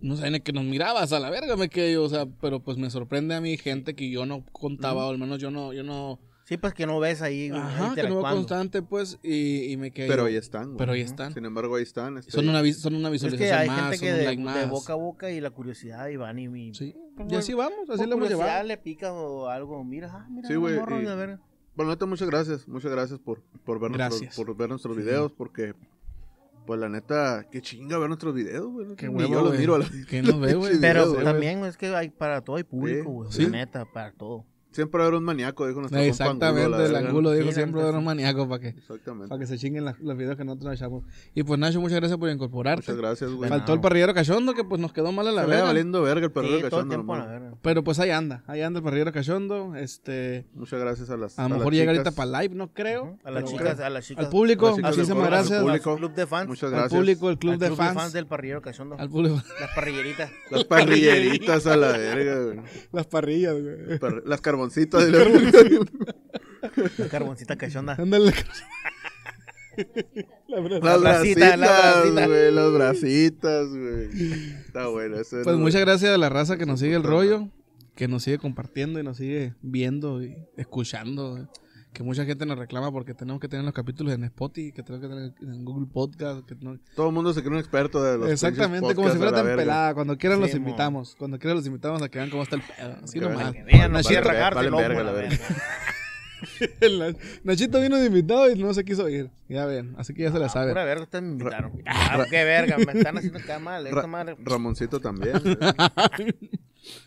Speaker 2: no sé, ni que nos mirabas a la verga, me quedé yo, o sea, pero pues me sorprende a mí gente que yo no contaba, o al menos yo no, yo no,
Speaker 3: Sí, pues que no ves ahí güey,
Speaker 2: ajá, que no veo
Speaker 3: interactuando.
Speaker 2: constante, pues, y, y me quedé
Speaker 1: Pero
Speaker 2: yo,
Speaker 1: ahí están, güey.
Speaker 2: Pero ahí están.
Speaker 1: Sin embargo, ahí están. este,
Speaker 2: Son una, vi- son una
Speaker 3: es que
Speaker 2: visualización
Speaker 3: hay
Speaker 2: más,
Speaker 3: gente que
Speaker 2: son un
Speaker 3: de,
Speaker 2: like
Speaker 3: de
Speaker 2: más.
Speaker 3: boca a boca y la curiosidad y van y... y
Speaker 2: Sí,
Speaker 3: Pues,
Speaker 2: y así vamos,
Speaker 3: por
Speaker 2: así lo hemos
Speaker 3: curiosidad
Speaker 2: llevado.
Speaker 3: le pica o algo, mira, ah, mira,
Speaker 1: Sí,
Speaker 3: no,
Speaker 1: güey,
Speaker 3: morro,
Speaker 1: y-
Speaker 3: a ver.
Speaker 1: Bueno, neta, muchas gracias. Muchas gracias por, por, ver,
Speaker 2: Gracias.
Speaker 1: Nuestros, por ver nuestros videos, porque, pues la neta, qué chinga ver nuestros videos, güey.
Speaker 2: Qué
Speaker 1: Ni
Speaker 2: huevo,
Speaker 1: yo los
Speaker 2: güey.
Speaker 1: miro a la-
Speaker 2: Que no veo, güey.
Speaker 3: Pero
Speaker 1: güey.
Speaker 3: también es que hay para todo hay público, güey,
Speaker 2: Sí.
Speaker 3: la neta, para todo.
Speaker 1: Siempre va a haber un maníaco, dijo nuestro compa Angulo,
Speaker 2: Exactamente,
Speaker 1: la
Speaker 2: el
Speaker 1: verga.
Speaker 2: ángulo dijo
Speaker 3: Sí, la
Speaker 2: siempre
Speaker 3: neta,
Speaker 2: era un
Speaker 3: sí.
Speaker 2: maníaco para que,
Speaker 1: Exactamente.
Speaker 2: para que se chinguen las- los videos que nosotros echamos. Y pues Nacho, muchas gracias por incorporarte.
Speaker 1: Muchas gracias, güey.
Speaker 3: Bueno,
Speaker 2: Faltó el parrillero cachondo que pues nos quedó mal a la
Speaker 1: la verga.
Speaker 2: verga.
Speaker 1: valiendo verga el perrero
Speaker 3: Sí, todo el
Speaker 1: cachondo,
Speaker 3: tiempo, la
Speaker 1: nomás.
Speaker 3: verga.
Speaker 2: Pero pues ahí anda, ahí anda el parrillero cachondo, este
Speaker 1: Muchas gracias a las
Speaker 2: a lo
Speaker 1: las
Speaker 2: mejor llega ahorita
Speaker 1: chicas.
Speaker 2: para live, no creo.
Speaker 3: A las
Speaker 2: pero-
Speaker 3: chicas, a las chicas.
Speaker 2: al público,
Speaker 1: Las chicas del foro,
Speaker 2: muchísimas
Speaker 1: al
Speaker 2: gracias
Speaker 1: público.
Speaker 3: al club de fans.
Speaker 1: Muchas
Speaker 2: al
Speaker 1: gracias.
Speaker 2: público, el club,
Speaker 3: al
Speaker 2: de,
Speaker 3: club
Speaker 2: fans,
Speaker 3: del parrillero cachondo.
Speaker 2: al público,
Speaker 3: Las parrilleritas.
Speaker 1: Las parrilleritas a la verga, güey.
Speaker 2: las parrillas, güey.
Speaker 1: Parri- Las carboncitas. de la-
Speaker 3: La carboncita cachonda.
Speaker 2: Ándale.
Speaker 1: Las bracitas,
Speaker 3: bracitas, las bracitas.
Speaker 1: güey. Las bracitas, güey. Está bueno. Eso
Speaker 2: Pues muchas gracias a la raza que nos sigue el rollo, que nos sigue compartiendo y nos sigue viendo y escuchando. Que mucha gente nos reclama porque tenemos que tener los capítulos en Spotify, que tenemos que tener en Google Podcast. que no-
Speaker 1: Todo el mundo se cree un experto de los
Speaker 2: Exactamente,
Speaker 1: pinches
Speaker 2: como si fuera
Speaker 1: podcasts a
Speaker 2: tan
Speaker 1: la verga.
Speaker 2: pelada. Cuando quieran
Speaker 3: Sí,
Speaker 2: los
Speaker 3: mo.
Speaker 2: invitamos. Cuando quieran los invitamos a que vean cómo está el pedo. Así
Speaker 1: Que
Speaker 2: nomás.
Speaker 1: vean.
Speaker 3: Vean,
Speaker 1: Vale,
Speaker 3: no quiere
Speaker 1: vale,
Speaker 3: tragarse
Speaker 1: vale
Speaker 3: el ojo,
Speaker 1: verga,
Speaker 3: la
Speaker 1: la
Speaker 3: verga.
Speaker 2: El Na- Nachito vino de invitado y no se quiso ir. Ya ven, así que ya se
Speaker 1: Ah,
Speaker 2: la saben.
Speaker 3: Pura verga, ustedes me invitaron. güey. Ah, qué verga, me están haciendo acá mal. Esta
Speaker 1: Ra-
Speaker 3: madre.
Speaker 1: Ramoncito también. güey.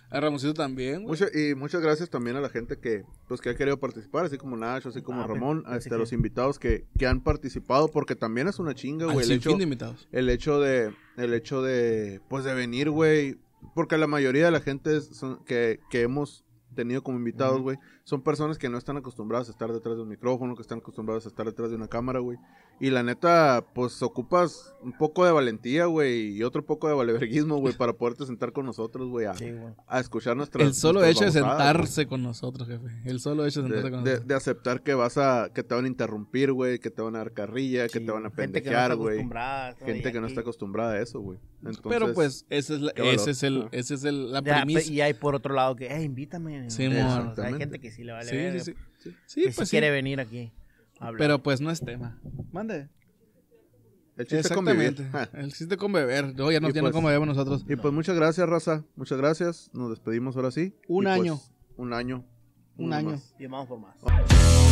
Speaker 2: A Ramoncito también, güey.
Speaker 1: Mucho- y muchas gracias también a la gente que, pues, que ha querido participar, así como Nacho, así como
Speaker 3: Ah,
Speaker 1: Ramón,
Speaker 3: pe- pensé
Speaker 1: hasta
Speaker 3: que-
Speaker 1: los invitados que, que han participado, porque también es una chinga,
Speaker 2: Al
Speaker 1: güey. El
Speaker 2: sinfín
Speaker 1: hecho,
Speaker 2: de invitados.
Speaker 1: el hecho de, el hecho de, pues, de venir, güey, porque la mayoría de la gente es- son- que, que hemos tenido como invitados, güey, son personas que no están acostumbradas a estar detrás de un micrófono, que están acostumbradas a estar detrás de una cámara, güey. Y la neta, pues, ocupas un poco de valentía, güey, y otro poco de valeverguismo, güey, para poderte sentar con nosotros, güey, a,
Speaker 3: Sí, güey.
Speaker 1: a escuchar nuestras
Speaker 2: El solo
Speaker 1: nuestras
Speaker 2: hecho de
Speaker 1: babosadas, güey.
Speaker 2: sentarse con nosotros, jefe. El solo hecho de sentarse
Speaker 1: De,
Speaker 2: con
Speaker 1: de-
Speaker 2: nosotros.
Speaker 1: de aceptar que vas a que te van a interrumpir, güey, que te van a dar carrilla, que
Speaker 3: Sí,
Speaker 1: te van a
Speaker 3: gente que no está
Speaker 1: pendejear, güey. Gente,
Speaker 3: acostumbrada, ¿no? Y
Speaker 1: que no
Speaker 3: aquí-
Speaker 1: está acostumbrada a eso, güey. Entonces,
Speaker 2: Pero pues, esa es la,
Speaker 1: qué valor.
Speaker 2: ese es el, ese es el, la
Speaker 3: Ya,
Speaker 2: premisa.
Speaker 3: pe- y hay por otro lado que, eh, invítame.
Speaker 2: Sí,
Speaker 3: O
Speaker 2: mon.
Speaker 3: sea, hay
Speaker 1: Exactamente.
Speaker 3: gente que sí le vale.
Speaker 2: sí,
Speaker 3: verga,
Speaker 2: sí, sí. Sí,
Speaker 3: que sí
Speaker 2: pues sí.
Speaker 3: quiere venir aquí. a hablar.
Speaker 2: Pero pues no es tema. Mande.
Speaker 1: el chiste es convivir.
Speaker 2: Exactamente.
Speaker 1: Ja.
Speaker 2: El chiste con beber. No, ya no,
Speaker 1: Y
Speaker 2: ya no
Speaker 1: pues-
Speaker 2: convivimos nosotros.
Speaker 1: Y pues muchas gracias, raza. Muchas gracias. Nos despedimos ahora sí.
Speaker 2: Un
Speaker 1: Y, pues,
Speaker 2: año.
Speaker 1: un año.
Speaker 2: Un
Speaker 1: Uno
Speaker 2: año.
Speaker 1: más.
Speaker 3: Y vamos por más.